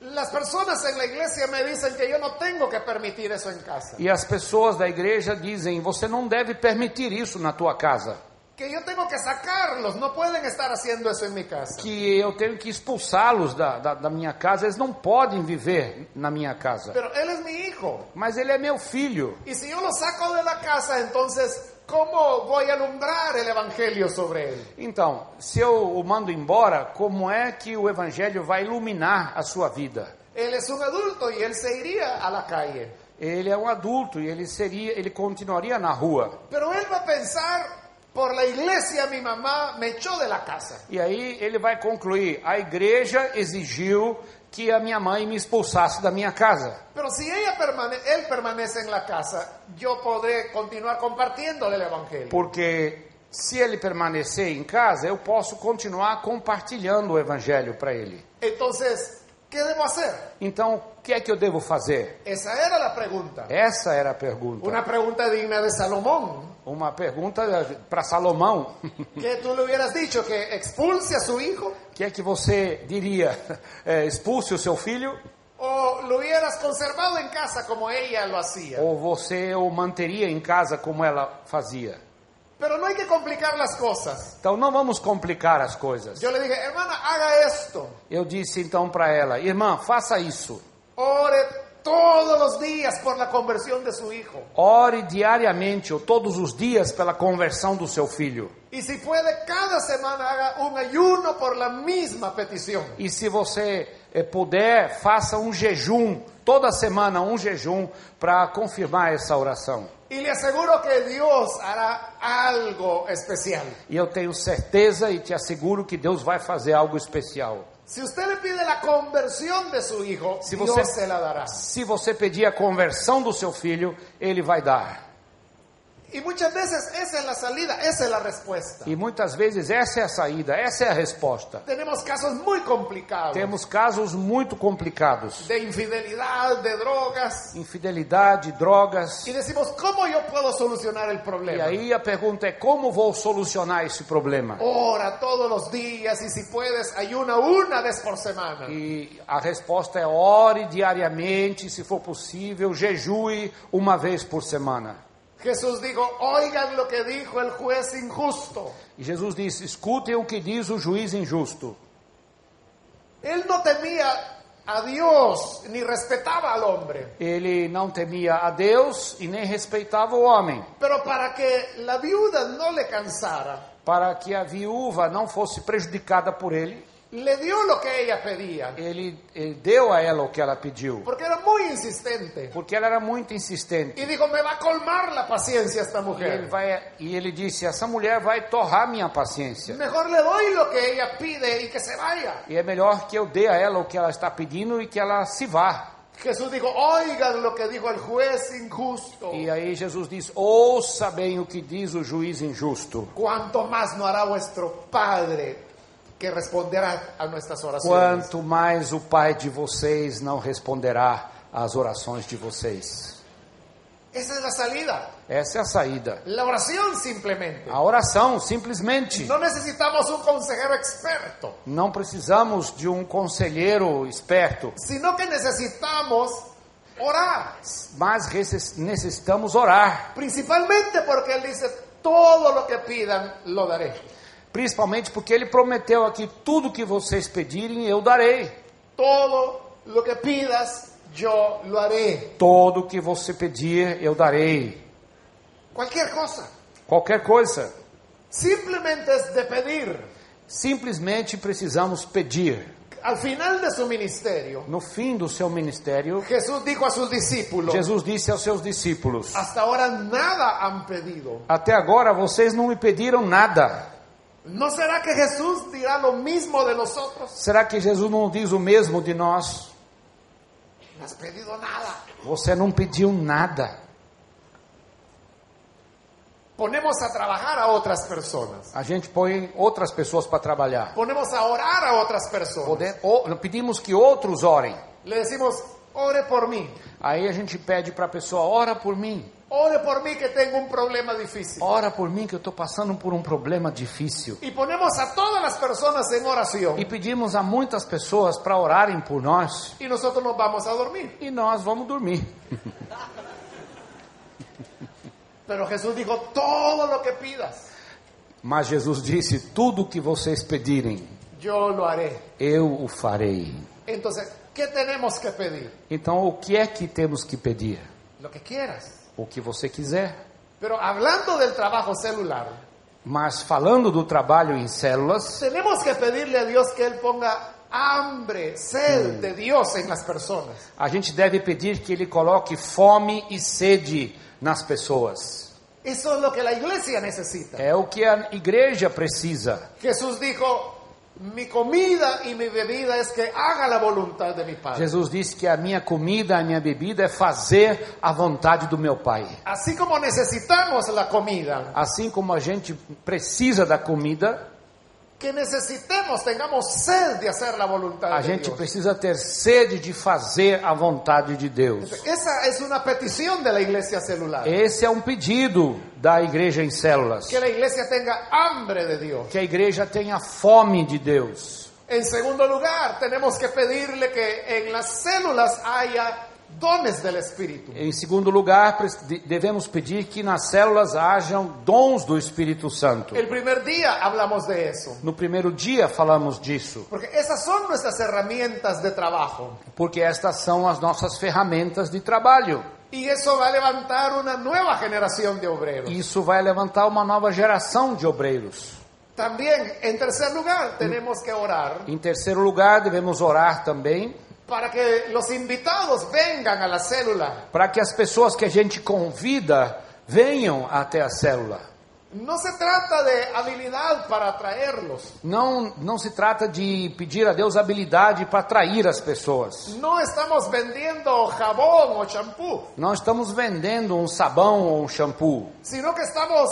Las personas en la iglesia me dicen que yo no tengo que permitir eso en casa, E as pessoas da igreja dizem: Você não deve permitir isso na tua casa, que yo tengo que sacarlos, no pueden estar haciendo eso en mi casa. que eu tenho que expulsá-los da, da, da minha casa, eles não podem viver na minha casa. Pero él es mi hijo. Mas ele é meu filho. Y si yo lo saco de la casa, entonces, ¿cómo voy a alumbrar el Evangelio sobre él? Então, se eu o mando embora, como é que o evangelho vai iluminar a sua vida? Él es un adulto y él se iría a la calle. Ele é um adulto e ele seria, ele continuaria na rua. Pero él va a pensar, por la iglesia mi mamá me echó de la casa. E aí ele vai concluir: a igreja exigiu que a minha mãe me expulsasse da minha casa. Pero si ella permane- él permanece en la casa, yo podré continuar compartiendo el Evangelio. Porque se ele permanecer em casa, eu posso continuar compartilhando o evangelho para ele. Entonces, ¿qué debo hacer? Então, o que é que eu devo fazer? Esa era la pregunta. Essa era a pergunta. Una pregunta digna de Salomón. Uma pergunta eh, para Salomão. ¿Qué tú le hubieras dicho? ¿Que expulse a su hijo? O que é que você diria? É, expulse o seu filho ¿O lo hubieras conservado en casa como ella lo hacía? ou você o manteria em casa como ela fazia? Pero no hay que complicar las cosas. Então não vamos complicar as coisas. Yo le dije, hermana, haga esto. Eu disse então para ela, irmã, faça isso. Ore todos los días por la conversión de su hijo. Ore diariamente ou todos os dias pela conversão do seu filho. Y si puede, cada semana haga un ayuno por la misma petición. E se você eh, puder, faça um jejum, toda semana um jejum, para confirmar essa oração. Y le aseguro que Dios hará algo especial. E eu tenho certeza e te asseguro que Deus vai fazer algo especial. Si usted le pide la conversión de su hijo, Si Dios usted- se la dará. Se você pedir a conversão do seu filho, ele vai dar. Y muchas veces esa es la salida, esa es la respuesta. E muitas vezes essa é a saída, essa é a resposta. Tenemos casos muy complicados Temos casos muito complicados: de infidelidad, de drogas. infidelidade, drogas. Y decimos, ¿cómo yo puedo solucionar el E problema? aí a pergunta é: como vou solucionar esse problema? Ora todos los días y si puedes, ayuna una vez por semana. E a resposta é: ore diariamente, se for possível, jejue uma vez por semana. Jesús dijo, oigan lo que dijo el juez injusto. E Jesus disse: escutem o que diz o juiz injusto. Él no temía a Dios ni respetaba al hombre. Ele não temia a Deus e nem respeitava o homem. Pero para que la viuda no le cansara, Para que a viúva não fosse prejudicada por ele, le dio lo que ella pedía, ele, ele deu a ela o que ela pediu. porque era muy insistente. Porque ela era muito insistente. Y dijo, me va a colmar la paciencia esta E ele, mujer. vai, e ele disse: Essa mulher vai torrar minha paciência. Mejor le doy lo que ella pide y que se vaya. E é melhor que eu dê a ela o que ela está pedindo e que ela se vá. Jesús dijo, oigan lo que dijo el juez injusto. E aí Jesus diz: Ouça bem o que diz o juiz injusto. ¿Cuánto más no hará vuestro Padre que responderá a nuestras oraciones? Quanto mais o Pai de vocês não responderá às orações de vocês. Esa es la salida. Essa é a saída. La oración simplemente. A oração, simplesmente. No necesitamos un consejero experto, Não precisamos de um conselheiro esperto, sino que necesitamos orar. mas reces- necessitamos orar. Principalmente porque Él dice, todo lo que pidan, lo daré. Principalmente porque ele prometeu aqui: tudo que vocês pedirem, eu darei. Todo lo que pidas, yo lo haré. Tudo que você pedir, eu darei. Cualquier cosa. Qualquer coisa. Simplemente es de pedir. Simplesmente precisamos pedir. Al final de su ministerio, No fim do seu ministério, Jesús dijo a sus discípulos, Jesus disse aos seus discípulos: Hasta ahora nada han pedido. Até agora vocês não me pediram nada. ¿No será que Jesús dirá lo mismo de nosotros? Será que Jesus não diz o mesmo de nós? No has pedido nada. Você não pediu nada. Ponemos a trabajar a otras personas. A gente põe outras pessoas para trabalhar. Ponemos a orar a otras personas. Pode- ou- pedimos que outros orem. Le decimos, ore por mí. Aí a gente pede para a pessoa: ora por mim. Ore por mí que tengo un problema difícil. Ora por mim que eu estou passando por um problema difícil. Y ponemos a todas las personas en E oración. pedimos a muitas pessoas para orarem por nós Y nosotros nos vamos a dormir. e nós vamos dormir. Pero Jesús dijo, todo lo que pidas, Mas Jesus disse: tudo o que vocês pedirem, yo lo haré. eu o farei. Entonces, ¿qué tenemos que pedir? Então, o que é que temos que pedir? Lo que quieras. O que você quiser. Pero hablando del trabajo celular, Mas falando do trabalho em células, Tenemos que pedirle a Dios que Él ponga hambre, sed de Dios en las personas. a gente deve pedir que ele coloque fome e sede nas pessoas. Eso es lo que la iglesia necesita. É o que a igreja precisa. Jesús dijo, mi comida y mi bebida es que haga la voluntad de mi Padre. Jesus disse que a minha comida, a minha bebida é fazer a vontade do meu Pai. Así como necesitamos la comida, Assim como a gente precisa da comida, que necesitemos, tengamos sed de hacer la voluntad a de Ah, gente Dios. precisa ter sede de fazer a vontade de Deus. Esa es una petición de la iglesia celular. Esse é um pedido da igreja em células. Que la iglesia tenga hambre de Dios. Que a igreja tenha fome de Deus. En segundo lugar, tenemos que pedirle que en las células haya dones del Espíritu. Em segundo lugar, pre- de- devemos pedir que nas células hajam dons do Espírito Santo. El primer día hablamos de eso, No primeiro dia falamos disso, porque esas son nuestras herramientas de trabajo porque estas são as nossas ferramentas de trabalho. y eso va a levantar una nueva generación de obreros. Isso vai levantar uma nova geração de obreiros. También, en tercer lugar, tenemos que orar Em terceiro lugar, devemos orar também para que los invitados vengan a la célula. para que as pessoas que a gente convida venham até a célula. No se trata de habilidad para atraerlos, Não, não se trata de pedir a Deus habilidade para atrair as pessoas. no estamos vendiendo jabón o champú, Não estamos vendendo um sabão ou um shampoo. sino que estamos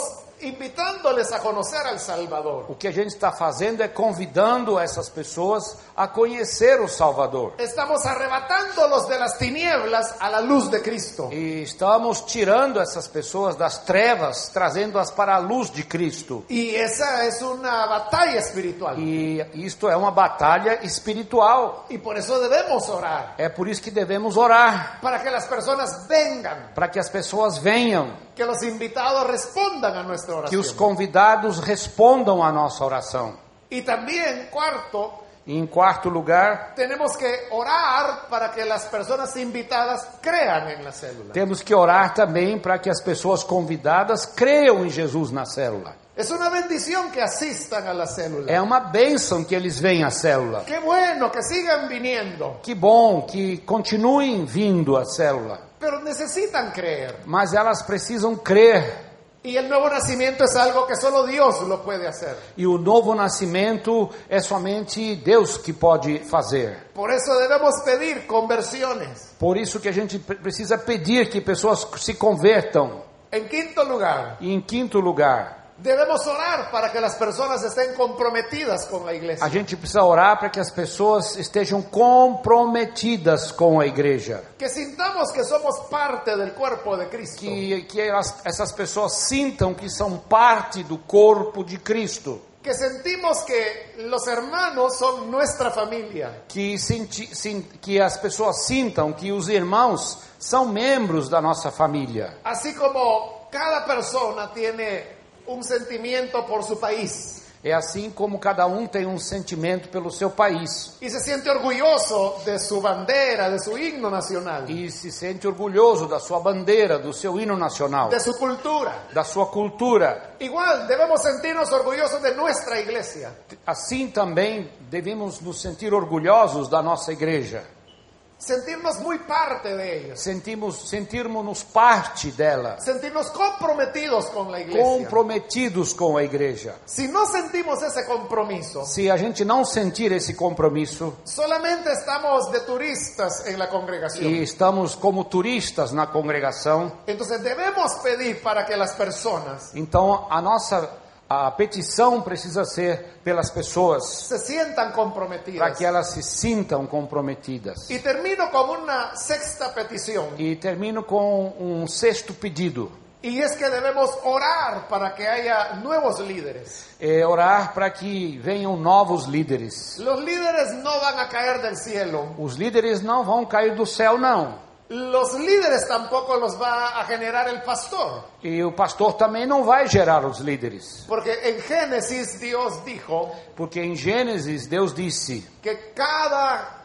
invitándoles a conocer al Salvador. O que a gente está fazendo é convidando essas pessoas a conhecer o Salvador. Estamos arrebatándolos de las tinieblas a la luz de Cristo. E estamos tirando essas pessoas das trevas, trazendo-as para a luz de Cristo. Y esa es una batalla espiritual. E isto é uma batalha espiritual. Y por eso debemos orar. É por isso que devemos orar, Para que las personas vengan, para que as pessoas venham, que los invitados respondan a nuestra que os oración. convidados respondam à nossa oração. Y también, cuarto, E em quarto lugar, Tenemos que orar para que las personas invitadas crean en la célula. temos que orar também para que as pessoas convidadas creiam em Jesus na célula. Es una bendición que asistan a la célula. É uma bênção que eles venham à célula. Qué bueno que sigan viniendo, Que bom que continuem vindo à célula. pero necesitan creer. Mas elas precisam crer. Y el nuevo nacimiento es algo que solo Dios lo puede hacer. E o novo nascimento é somente Deus que pode fazer. Por eso debemos pedir conversiones. Por isso que a gente pre- precisa pedir que pessoas se convertam. En quinto lugar, E em quinto lugar, debemos orar para que las personas estén comprometidas con la a iglesia, gente precisa orar para que as pessoas estejam comprometidas com a igreja. que sintamos que somos parte del cuerpo de Cristo. Que, que elas- essas pessoas sintam que são parte do corpo de Cristo. que sentimos que los hermanos son nuestra familia, Que, senti, sin- que as pessoas sintam que os irmãos são membros da nossa família. así como cada persona tiene un sentimiento por su país É assim como cada um tem um sentimento pelo seu país y se siente orgulloso de su bandera, de su himno nacional, e se sente orgulhoso da sua bandeira, do seu hino nacional, de su cultura. da sua cultura. Igual debemos sentirnos orgullosos de nuestra iglesia. Assim também devemos nos sentir orgulhosos da nossa igreja. sentirnos muy parte de ellos, Sentimos, sentirmos-nos parte dela, sentirnos comprometidos con la iglesia. comprometidos com a igreja. si no sentimos ese compromiso, Se a gente não sentir esse compromisso solamente estamos de turistas en la e congregación. estamos como turistas na congregação, Entonces debemos pedir para que las personas então a nossa a petição precisa ser pelas pessoas se para sientan comprometidas. que elas se sintam comprometidas. Y termino con una sexta petición, E termino com um sexto pedido: y es que debemos orar para que haya nuevos líderes. é orar para que venham novos líderes. Los líderes no van a caer del cielo. Os líderes não vão cair do céu, não. Los líderes tampoco los va a generar el pastor. E o pastor também não vai gerar os líderes. Porque en Génesis Dios dijo Porque em Gênesis, Deus disse que cada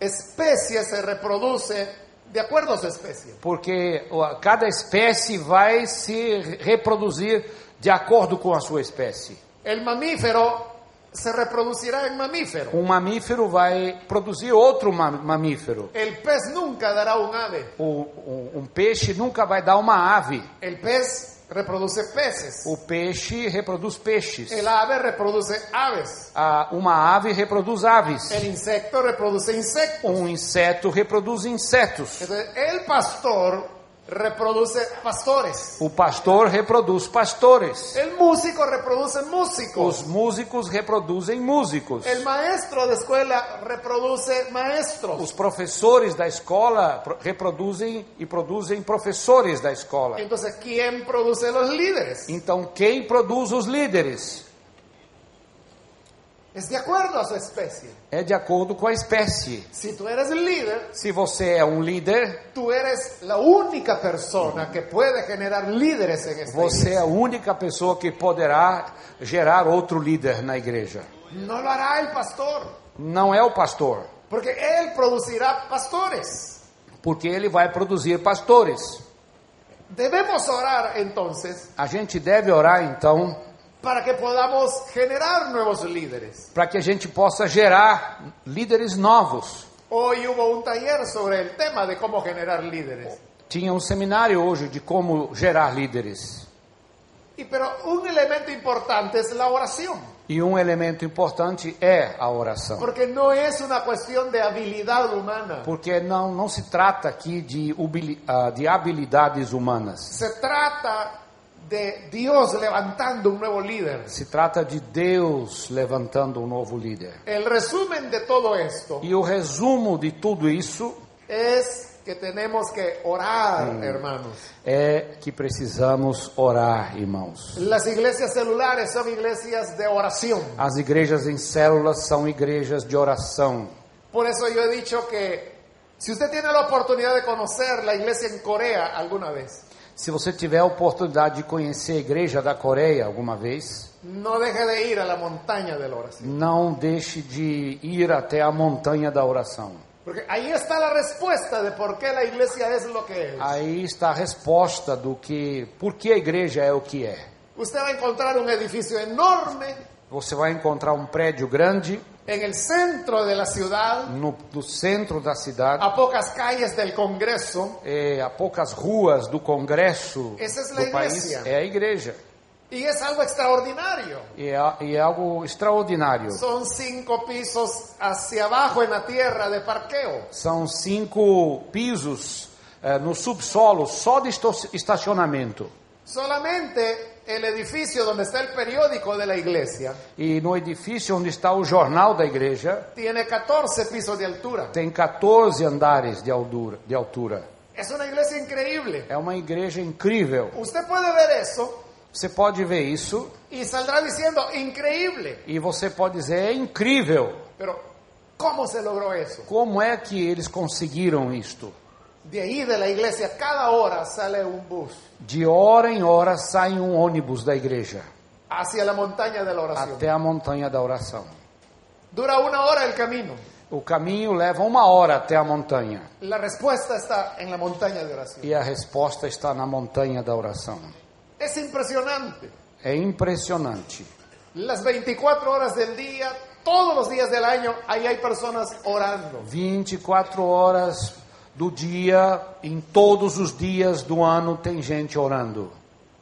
especie se reproduce de acuerdo a su especie. porque ó, cada espécie vai se reproduzir de acordo com a sua espécie. El mamífero se reproducirá en mamífero. Um mamífero vai produzir outro ma- mamífero. El pez nunca dará un ave. O, um, um peixe nunca vai dar uma ave. El pez reproduce peces. O peixe reproduz peixes. El ave reproduce aves. Ah, uma ave reproduz aves. El insecto reproduce insectos. Um inseto reproduz insetos. Entonces, el pastor reproduce pastores. O pastor reproduz pastores. El músico reproduce músicos. Os músicos reproduzem músicos. El maestro de escuela reproduce maestros. Os professores da escola pro- reproduzem e produzem professores da escola. Entonces, ¿quién produce los líderes? Então, quem produz os líderes Es de acuerdo a su especie. é de acordo com a espécie. Si tú eres líder, Se você é um líder, tú eres la única persona que puede generar líderes en esta você é a única pessoa que poderá gerar outro líder na igreja. iglesia. No lo hará el pastor, Não é o pastor, porque él producirá pastores. porque ele vai produzir pastores. Debemos orar entonces A gente deve orar então para que podamos generar nuevos líderes. para que a gente possa gerar líderes novos. Hoy hubo un taller sobre el tema de cómo generar líderes. Tinha um seminário hoje de como gerar líderes. Y pero un elemento importante es la oración, E um elemento importante é a oração. porque no es una cuestión de habilidad humana. Porque não, não se trata aqui de, ubili- ah, de habilidades humanas. Se trata de Dios levantando un nuevo líder. Se trata de Deus levantando um novo líder. El resumen de todo esto E o resumo de tudo isso es que tenemos que orar, hermanos. é que precisamos orar, irmãos. Las iglesias celulares son iglesias de oración. As igrejas em células são igrejas de oração. Por eso yo he dicho que si usted tiene la oportunidad de conocer la iglesia en Corea alguna vez, Se você tiver a oportunidade de conhecer a igreja da Coreia alguma vez, No deje de ir a la montaña de la oración. não deixe de ir até a montanha da oração. Porque ahí está la respuesta de por qué la iglesia es lo que es. Aí está a resposta do que, por que a igreja é o que é. Usted va a encontrar un edificio enorme Você vai encontrar um prédio grande en el centro de la ciudad, no, no centro da cidade, a pocas calles del Congreso, é, a poucas ruas do Congresso Essa é a do país. igreja. É a igreja. y es algo extraordinario. E é, a- e é algo extraordinário. Son cinco pisos hacia abajo en la tierra de parqueo. São cinco pisos eh, no subsolo só de esto- estacionamento. Solamente el edificio donde está el periódico de la iglesia E no edifício onde está o jornal da igreja, tiene 14 pisos de altura. tem 14 andares de altura. De altura. Es una iglesia increíble. É uma igreja incrível. Usted puede ver eso Você pode ver isso y saldrá diciendo increíble. e você pode dizer: é incrível. Pero, ¿cómo se logró eso? Como é que eles conseguiram isto? De ahí de la iglesia cada hora sale un bus De hora em hora sai um ônibus da igreja hacia la montaña de la oración. até a montanha da oração. Dura una hora el camino. O caminho leva uma hora até a montanha. La respuesta está en la montaña de oración. E a resposta está na montanha da oração. Es impresionante. É impressionante. Las 24 horas del día, todos los días del año, ahí hay personas orando. 24 horas do dia, em todos os dias do ano, tem gente orando.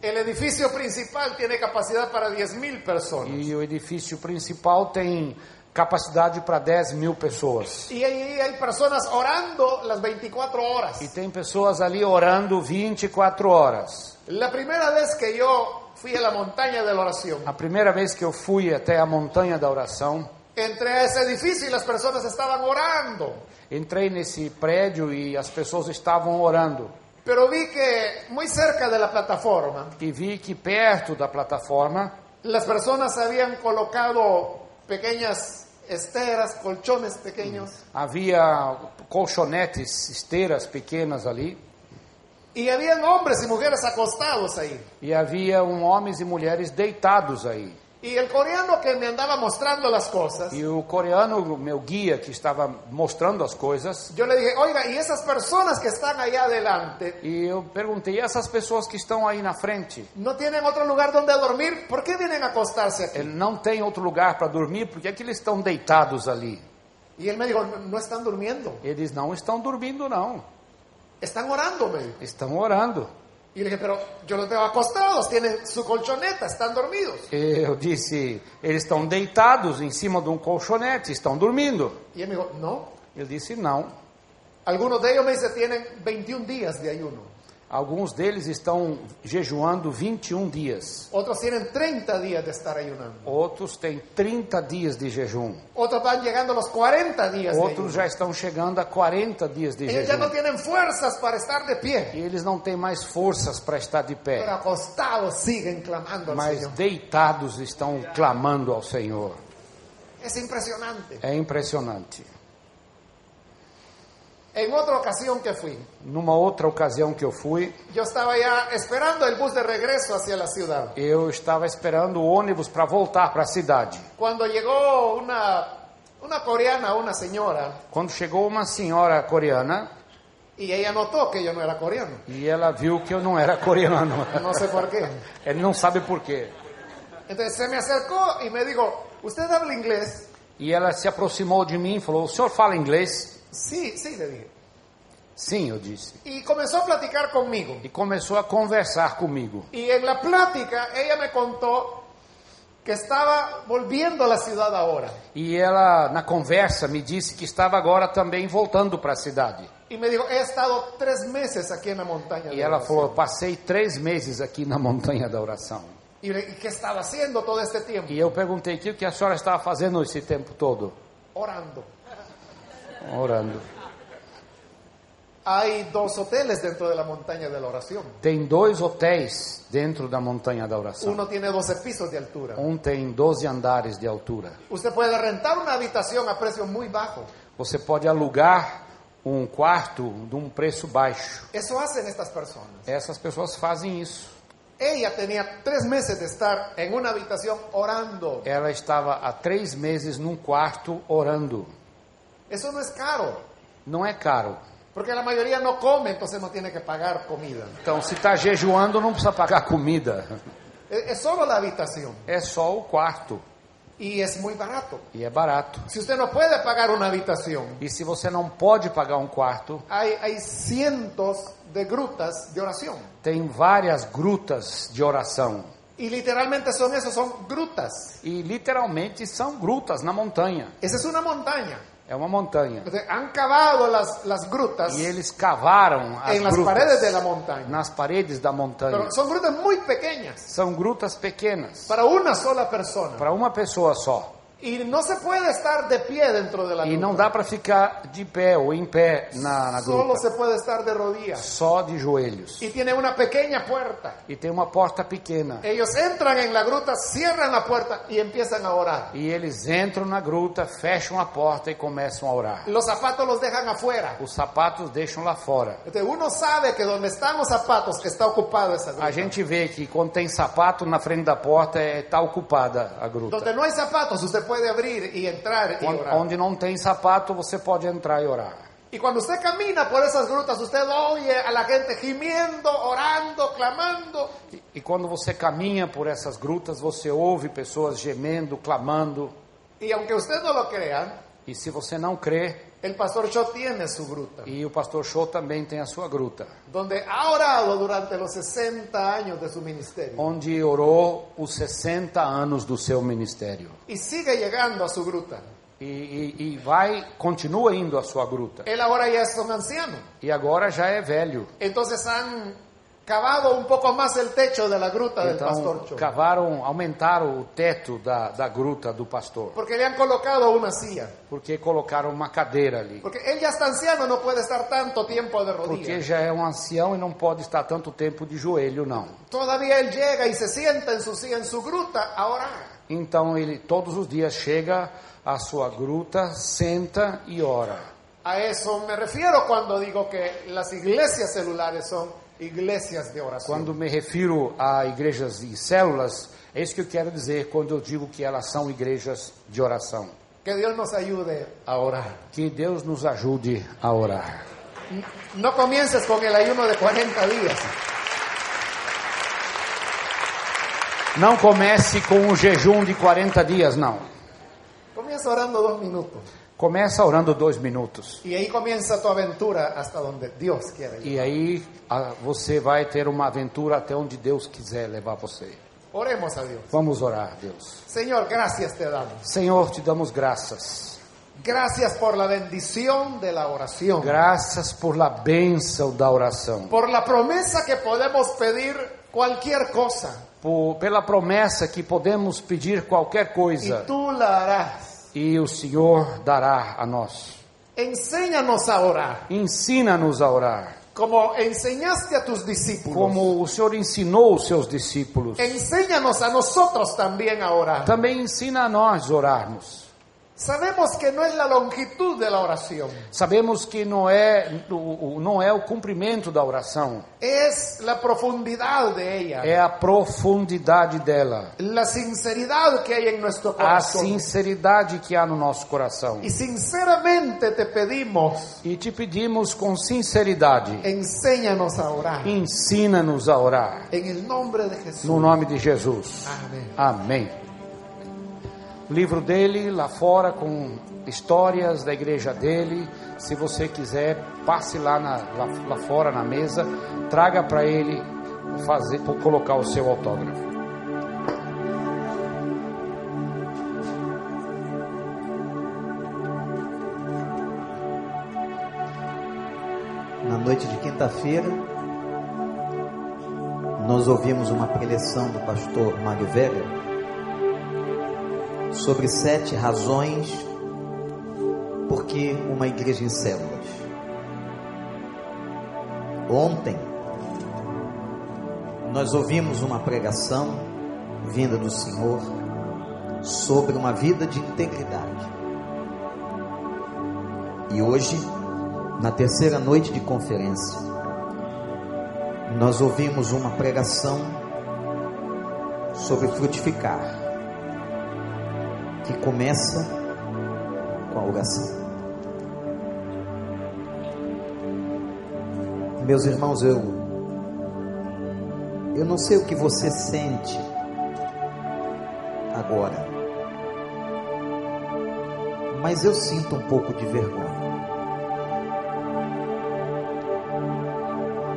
El edificio principal tiene capacidad para 10.000 personas. E o edifício principal tem capacidade para 10 mil pessoas. Y ahí hay personas orando las 24 horas. E tem pessoas ali orando 24 horas. La primera vez que yo fui a la montaña de la oración, A primeira vez que eu fui até a montanha da oração, entré a ese edificio y las personas estaban orando. entrei nesse prédio e as pessoas estavam orando. Pero vi que muy cerca de la plataforma, E vi que perto da plataforma las personas habían colocado pequeñas esteras, colchones pequeños, Havia colchonetes, esteiras pequenas ali, y habían hombres y mujeres acostados ahí. e havia um homens e mulheres deitados aí. Y el coreano que me andaba mostrando las cosas, E o coreano, meu guia, que estava mostrando as coisas, yo le dije, oiga, ¿y esas personas que están allá adelante e eu perguntei: "E essas pessoas que estão aí na frente, no tienen otro lugar donde dormir? ¿Por qué vienen a acostarse eh, aquí? não tem outro lugar para dormir? Por que, é que eles estão deitados ali? Y él me dijo, no, no están durmiendo, Eles não estão dormindo, não. están orando, me dijo. Estão orando. Y le dije, pero yo los veo acostados, tienen su colchoneta, están dormidos. E eu disse: eles estão deitados em cima de um colchonete, estão dormindo. Y él me dijo, no. Ele disse: não. Algunos de ellos me dice, tienen 21 días de ayuno. Alguns deles estão jejuando 21 dias. Otros tienen 30 días de estar ayunando. Outros têm 30 dias de jejum. Otros van llegando a los 40 días de ayuno. Outros já estão chegando a 40 dias de Ellos ya no jejum. tienen fuerzas para estar de E pie. eles não têm mais forças para estar de Pero pé, acostados siguen clamando al mas Señor. deitados estão clamando ao Senhor. Es impresionante. É impressionante. En otra ocasión que fui, Numa outra ocasião que eu fui, yo estaba ya esperando el bus de regreso hacia la ciudad. eu estava esperando o ônibus para voltar para a cidade. Cuando llegó una, una coreana, una señora, Quando chegou uma senhora coreana Y ella notó que yo no era coreano. e ela viu que eu não era coreano. No sé por qué. Ele não sabe por quê. Entonces se me acercó y me dijo, ¿usted habla inglés? E ela se aproximou de mim e falou: O senhor fala inglês? Sí, sí, le dije. Sim, eu disse. Y comenzó a platicar conmigo. E começou a conversar comigo. Y en la plática ella me contó que estaba volviendo a la ciudad ahora. E ela, na conversa, me disse que estava agora também voltando para a cidade. Y me dijo, he estado tres meses aquí en la montaña. E de ela oración". falou: "Eu Passei três meses aqui na Montanha da Oração. Y le dije, "¿Y qué estaba haciendo todo este tiempo? E eu perguntei: O que que a senhora estava fazendo esse tempo todo? Orando. Orando. Hay dos hoteles dentro de la montaña de la oración. Tem dois hotéis dentro da Montanha da Oração. Uno tiene 12 pisos de altura. Um tem 12 andares de altura. Usted puede rentar una habitación a precio muy bajo. Você pode alugar um quarto de um preço baixo. Eso hacen estas personas. Essas pessoas fazem isso. Ella tenía tres meses de estar en una habitación orando. Ela estava há três meses num quarto orando. Eso no es caro, Não é caro. porque la mayoría no come, entonces no tiene que pagar comida. Então, se está jejuando, não precisa pagar comida. Es, es solo la habitación É só o quarto. y es muy barato. E é barato. Si usted no puede pagar una habitación, E se você não pode pagar um quarto, hay, hay cientos de grutas de oración. tem várias grutas de oração. Y literalmente son eso, son grutas. E literalmente são grutas na montanha. Esa es una montaña. É uma montanha. Entonces, han cavado las, las grutas E eles cavaram as en las grutas paredes Então, de la montaña. nas paredes da montanha. Pero son grutas muy pequeñas São grutas pequenas para una sola persona. para uma pessoa só. Y no se puede estar de pie dentro de la E gruta. não dá para ficar de pé ou em pé na, na Solo gruta. se puede estar de rodillas. Só de joelhos. Y tiene una pequeña puerta. E tem uma porta pequena. Ellos entran en la gruta, cierran la puerta y empiezan a orar. E eles entram na gruta, fecham a porta e começam a orar. Los zapatos los dejan afuera. Os sapatos deixam lá fora. Entonces, uno sabe que donde están los zapatos está ocupado esa gruta. A gente vê que quando tem sapato na frente da porta, está ocupada a gruta. Donde no hay zapatos, usted puede abrir y entrar y On- Então orar. Onde não tem sapato, você pode entrar e orar. Y cuando usted camina por esas grutas, usted oye a la gente gimiendo, orando, clamando. E, e quando você caminha por essas grutas, você ouve pessoas gemendo, clamando. Y aunque usted no lo crea, E se você não crê, el pastor Cho tiene su gruta, e o pastor Show também tem a sua gruta, donde ha orado durante los 60 años de su ministerio. onde orou os 60 anos do seu ministério. Y sigue llegando a su gruta. E, e, e vai, continua indo à sua gruta. Él ahora ya es un anciano. E agora já é velho. Entonces han cavado un poco más el techo de la gruta del É, pastor Então Cho. cavaram, aumentaram o teto da, da gruta do pastor, Porque le han colocado una silla. porque colocaram uma cadeira ali. Porque él ya está anciano, no puede estar tanto tiempo de Porque rodillas. já é um ancião e não pode estar tanto tempo de joelho, não. Todavía él llega y se sienta en su silla, en su gruta, a orar. Então ele todos os dias chega à sua gruta, senta e ora. A eso me refiero cuando digo que las iglesias celulares son iglesias de oración. Quando me refiro a igrejas e células, é isso que eu quero dizer quando eu digo que elas são igrejas de oração. Que Dios nos ayude a orar. Que Deus nos ajude a orar. No comiences con el ayuno de 40 días. Não comece com um jejum de 40 dias, não. Comienza orando dos minutos. Começa orando dois minutos. Y ahí comienza tu aventura hasta donde Dios quiera. ir. E aí a- você vai ter uma aventura até onde Deus quiser levar você. Oremos a Dios. Vamos orar, Deus. Señor, gracias te damos. Senhor, te damos graças. Gracias por la bendición de la oración. Graças por la bênção da oração. Por la promesa que podemos pedir cualquier cosa. Por, pela promessa que podemos pedir qualquer Y coisa tú la harás. e o Senhor dará a nós. Enséñanos a orar. Ensina-nos a orar, Como enseñaste a tus discípulos. como o Senhor ensinou os seus discípulos. Enséñanos a nosotros también a orar. Também ensina a nós orarmos. Sabemos que no es la longitud de la oración, Sabemos que não é o, o- não é o cumprimento da oração, es la profundidad de ella, é a profundidade dela, la sinceridad que hay en nuestro a corazón. sinceridade que há no nosso coração. Y sinceramente te pedimos, E te pedimos com sinceridade, enséñanos a orar. ensina-nos a orar, En el nombre de no Jesús. nome de Jesus. Amén. Amém. O livro dele lá fora com histórias da igreja dele. Se você quiser, passe lá, na, lá, lá fora na mesa, traga para ele fazer, colocar o seu autógrafo. Na noite de quinta-feira, nós ouvimos uma preleção do pastor Mário Vega sobre sete razões por que uma igreja em células. Ontem, nós ouvimos uma pregação vinda do Senhor sobre uma vida de integridade. E hoje na terceira noite de conferência, nós ouvimos uma pregação sobre frutificar, que começa com a oração. Meus irmãos, eu eu não sei o que você sente agora, mas eu sinto um pouco de vergonha.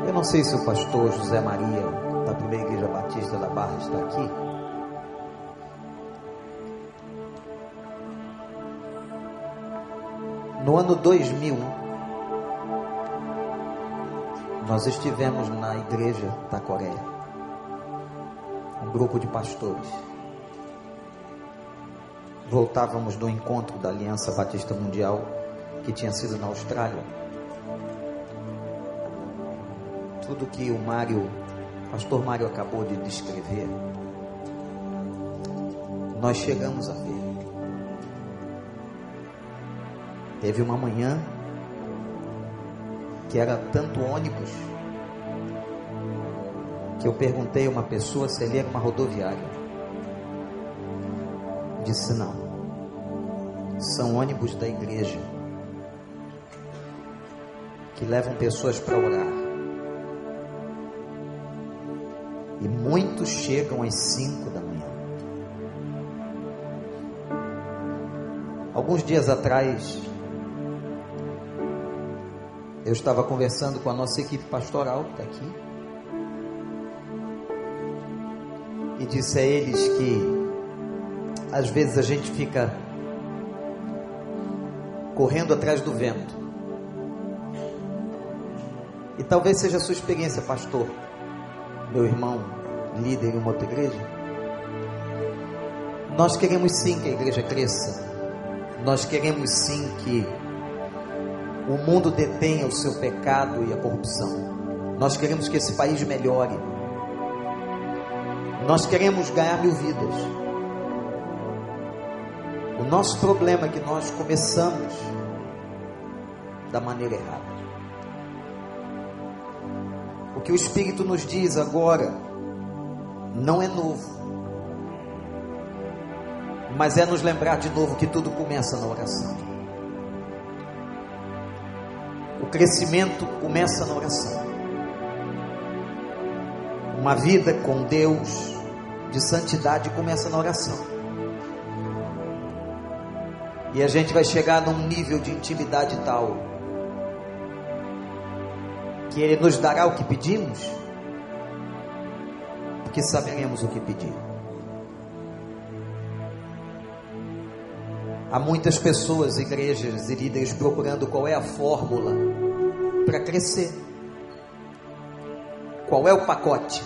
Eu não sei se o pastor José Maria, da primeira igreja batista da Barra, está aqui. No ano 2000, nós estivemos na igreja da Coreia, um grupo de pastores. Voltávamos do encontro da Aliança Batista Mundial, que tinha sido na Austrália. Tudo que o Mário, o pastor Mário acabou de descrever, nós chegamos a ver. Teve uma manhã que era tanto ônibus, que eu perguntei a uma pessoa se ele era uma rodoviária. Disse não. São ônibus da igreja que levam pessoas para orar. E muitos chegam às 5 da manhã. Alguns dias atrás, eu estava conversando com a nossa equipe pastoral, que está aqui, e disse a eles que às vezes a gente fica correndo atrás do vento. E talvez seja a sua experiência, pastor, meu irmão, líder em uma outra igreja. Nós queremos sim que a igreja cresça. Nós queremos sim que o mundo detenha o seu pecado e a corrupção. Nós queremos que esse país melhore. Nós queremos ganhar mil vidas. O nosso problema é que nós começamos da maneira errada. O que o Espírito nos diz agora não é novo, mas é nos lembrar de novo que tudo começa na oração. O crescimento começa na oração. Uma vida com Deus de santidade começa na oração. E a gente vai chegar num nível de intimidade tal que Ele nos dará o que pedimos, porque saberemos o que pedir. Há muitas pessoas, igrejas e líderes procurando qual é a fórmula para crescer. Qual é o pacote?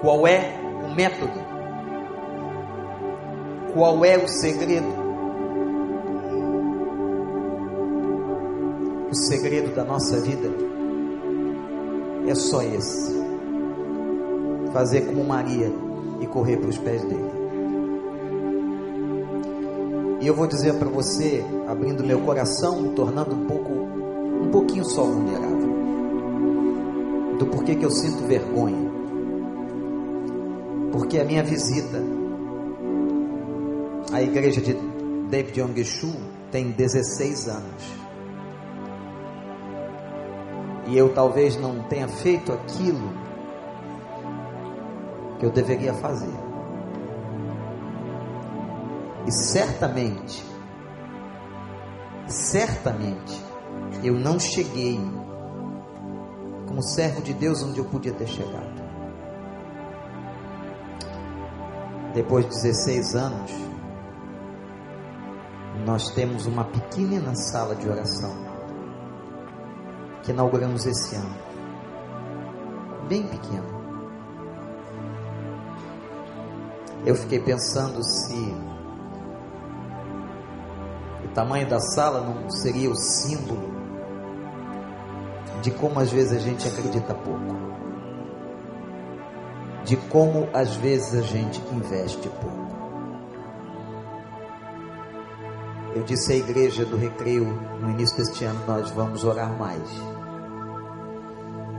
Qual é o método? Qual é o segredo? O segredo da nossa vida é só esse: fazer como Maria e correr para os pés dele. E eu vou dizer para você, abrindo meu coração, me tornando um pouco, um pouquinho só vulnerável, do porquê que eu sinto vergonha. Porque a minha visita à igreja de David Yong Shu tem 16 anos. E eu talvez não tenha feito aquilo que eu deveria fazer. E certamente, certamente, eu não cheguei como servo de Deus onde eu podia ter chegado. Depois de 16 anos, nós temos uma pequena sala de oração que inauguramos esse ano. Bem pequena. Eu fiquei pensando se o tamanho da sala não seria o símbolo de como às vezes a gente acredita pouco, de como às vezes a gente investe pouco. Eu disse à igreja do Recreio no início deste ano: nós vamos orar mais.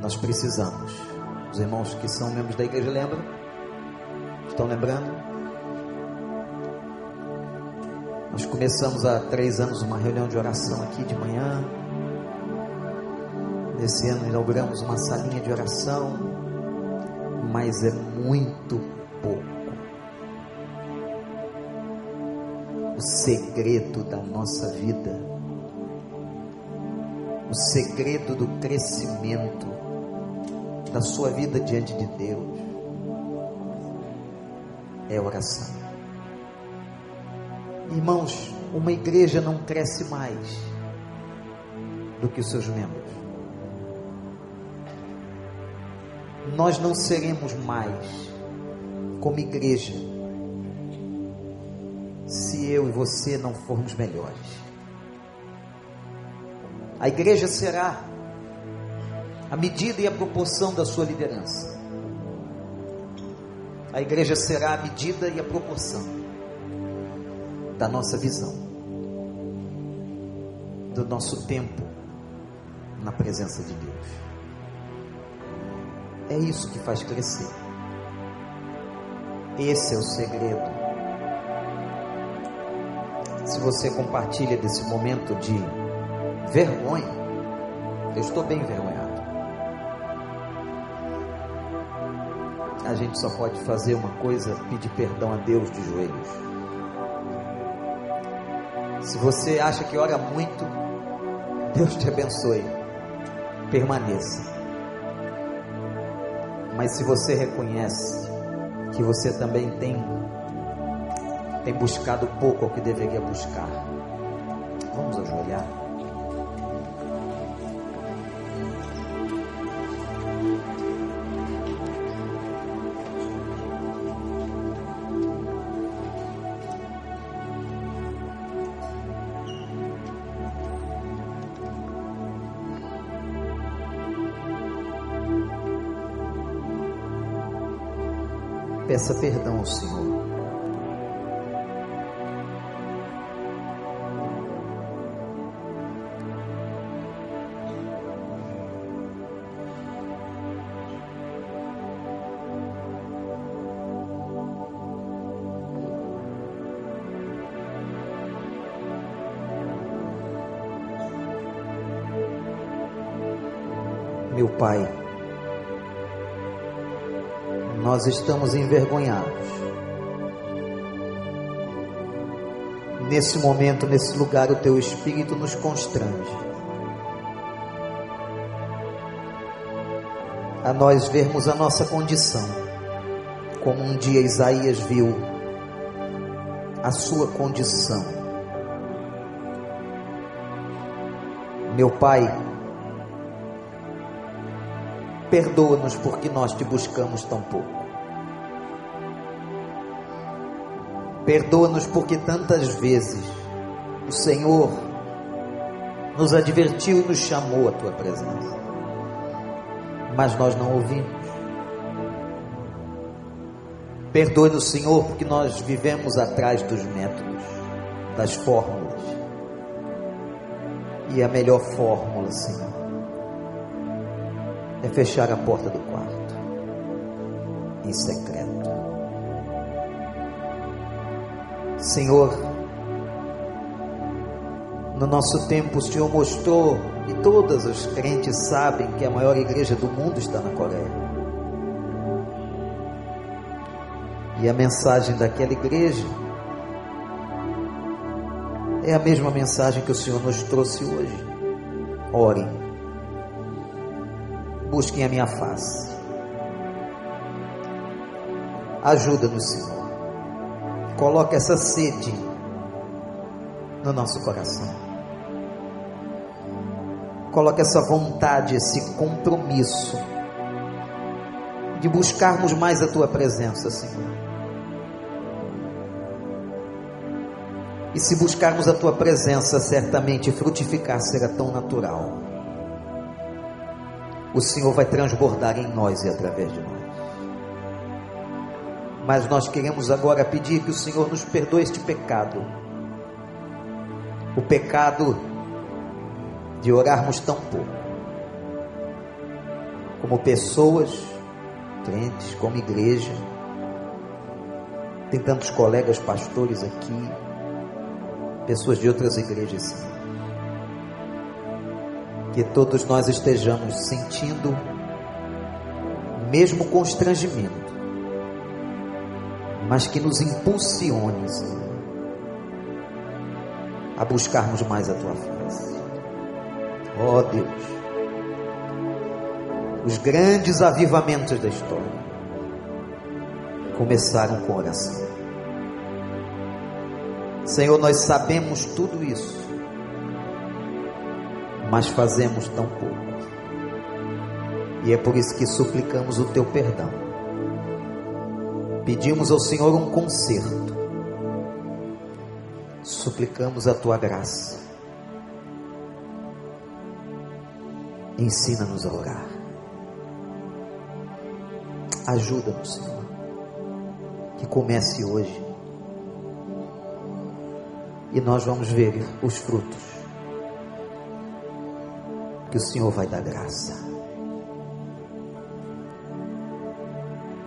Nós precisamos. Os irmãos que são membros da igreja lembram? Estão lembrando? Nós começamos há três anos uma reunião de oração aqui de manhã. Nesse ano inauguramos uma salinha de oração, mas é muito pouco. o segredo da nossa vida, o segredo do crescimento da sua vida diante de Deus é oração. Irmãos, uma igreja não cresce mais do que os seus membros. Nós não seremos mais como igreja se eu e você não formos melhores. A igreja será a medida e a proporção da sua liderança. A igreja será a medida e a proporção da nossa visão, do nosso tempo na presença de Deus. É isso que faz crescer. Esse é o segredo se você compartilha desse momento de vergonha, eu estou bem envergonhado. A gente só pode fazer uma coisa, pedir perdão a Deus de joelhos. Se você acha que ora muito, Deus te abençoe. Permaneça. Mas se você reconhece que você também tem tem buscado pouco ao que deveria buscar. Vamos ajoelhar. Peça perdão ao Senhor. meu Pai, nós estamos envergonhados. Nesse momento, nesse lugar, o Teu Espírito nos constrange a nós vermos a nossa condição, como um dia Isaías viu a sua condição. Meu Pai, perdoa-nos porque nós te buscamos tão pouco. Perdoa-nos porque tantas vezes o Senhor nos advertiu e nos chamou à tua presença, mas nós não ouvimos. Perdoa-nos, Senhor, porque nós vivemos atrás dos métodos, das fórmulas. E a melhor fórmula, Senhor, é fechar a porta do quarto em secreto. Senhor, no nosso tempo o Senhor mostrou, e todas as crentes sabem que a maior igreja do mundo está na Coreia. E a mensagem daquela igreja é a mesma mensagem que o Senhor nos trouxe hoje. Orem busquem a minha face. Ajuda-nos, Senhor. Coloca essa sede no nosso coração. Coloca essa vontade, esse compromisso de buscarmos mais a tua presença, Senhor. E se buscarmos a tua presença, certamente frutificar será tão natural o Senhor vai transbordar em nós e através de nós. Mas nós queremos agora pedir que o Senhor nos perdoe este pecado o pecado de orarmos tão pouco. Como pessoas, crentes, como igreja. Tem tantos colegas pastores aqui, pessoas de outras igrejas. Sim. Que todos nós estejamos sentindo mesmo constrangimento, mas que nos impulsione, Senhor, a buscarmos mais a tua face. Ó oh, Deus, os grandes avivamentos da história começaram com oração. Senhor, nós sabemos tudo isso, mas fazemos tão pouco. E é por isso que suplicamos o teu perdão. Pedimos ao Senhor um conserto. Suplicamos a tua graça. Ensina-nos a orar. Ajuda-nos, Senhor. Que comece hoje. E nós vamos ver os frutos que o Senhor vai dar graça.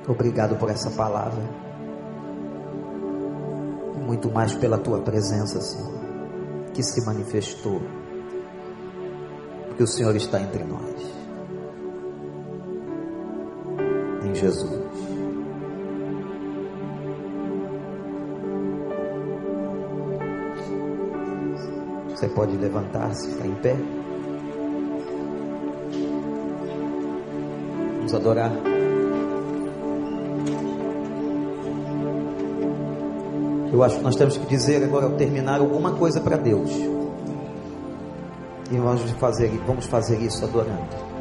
Obrigado por essa palavra. Muito mais pela tua presença, Senhor, que se manifestou. Porque o Senhor está entre nós. Em Jesus. Você pode levantar-se, ficar em pé. Vamos adorar. Eu acho que nós temos que dizer agora ao terminar alguma coisa para Deus. E vamos fazer, vamos fazer isso adorando.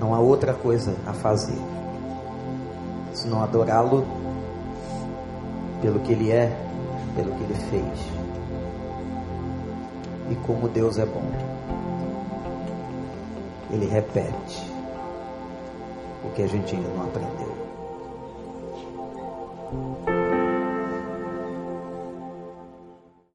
Não há outra coisa a fazer senão adorá-lo pelo que ele é, pelo que ele fez. E como Deus é bom. Ele repete o que a gente ainda não aprendeu.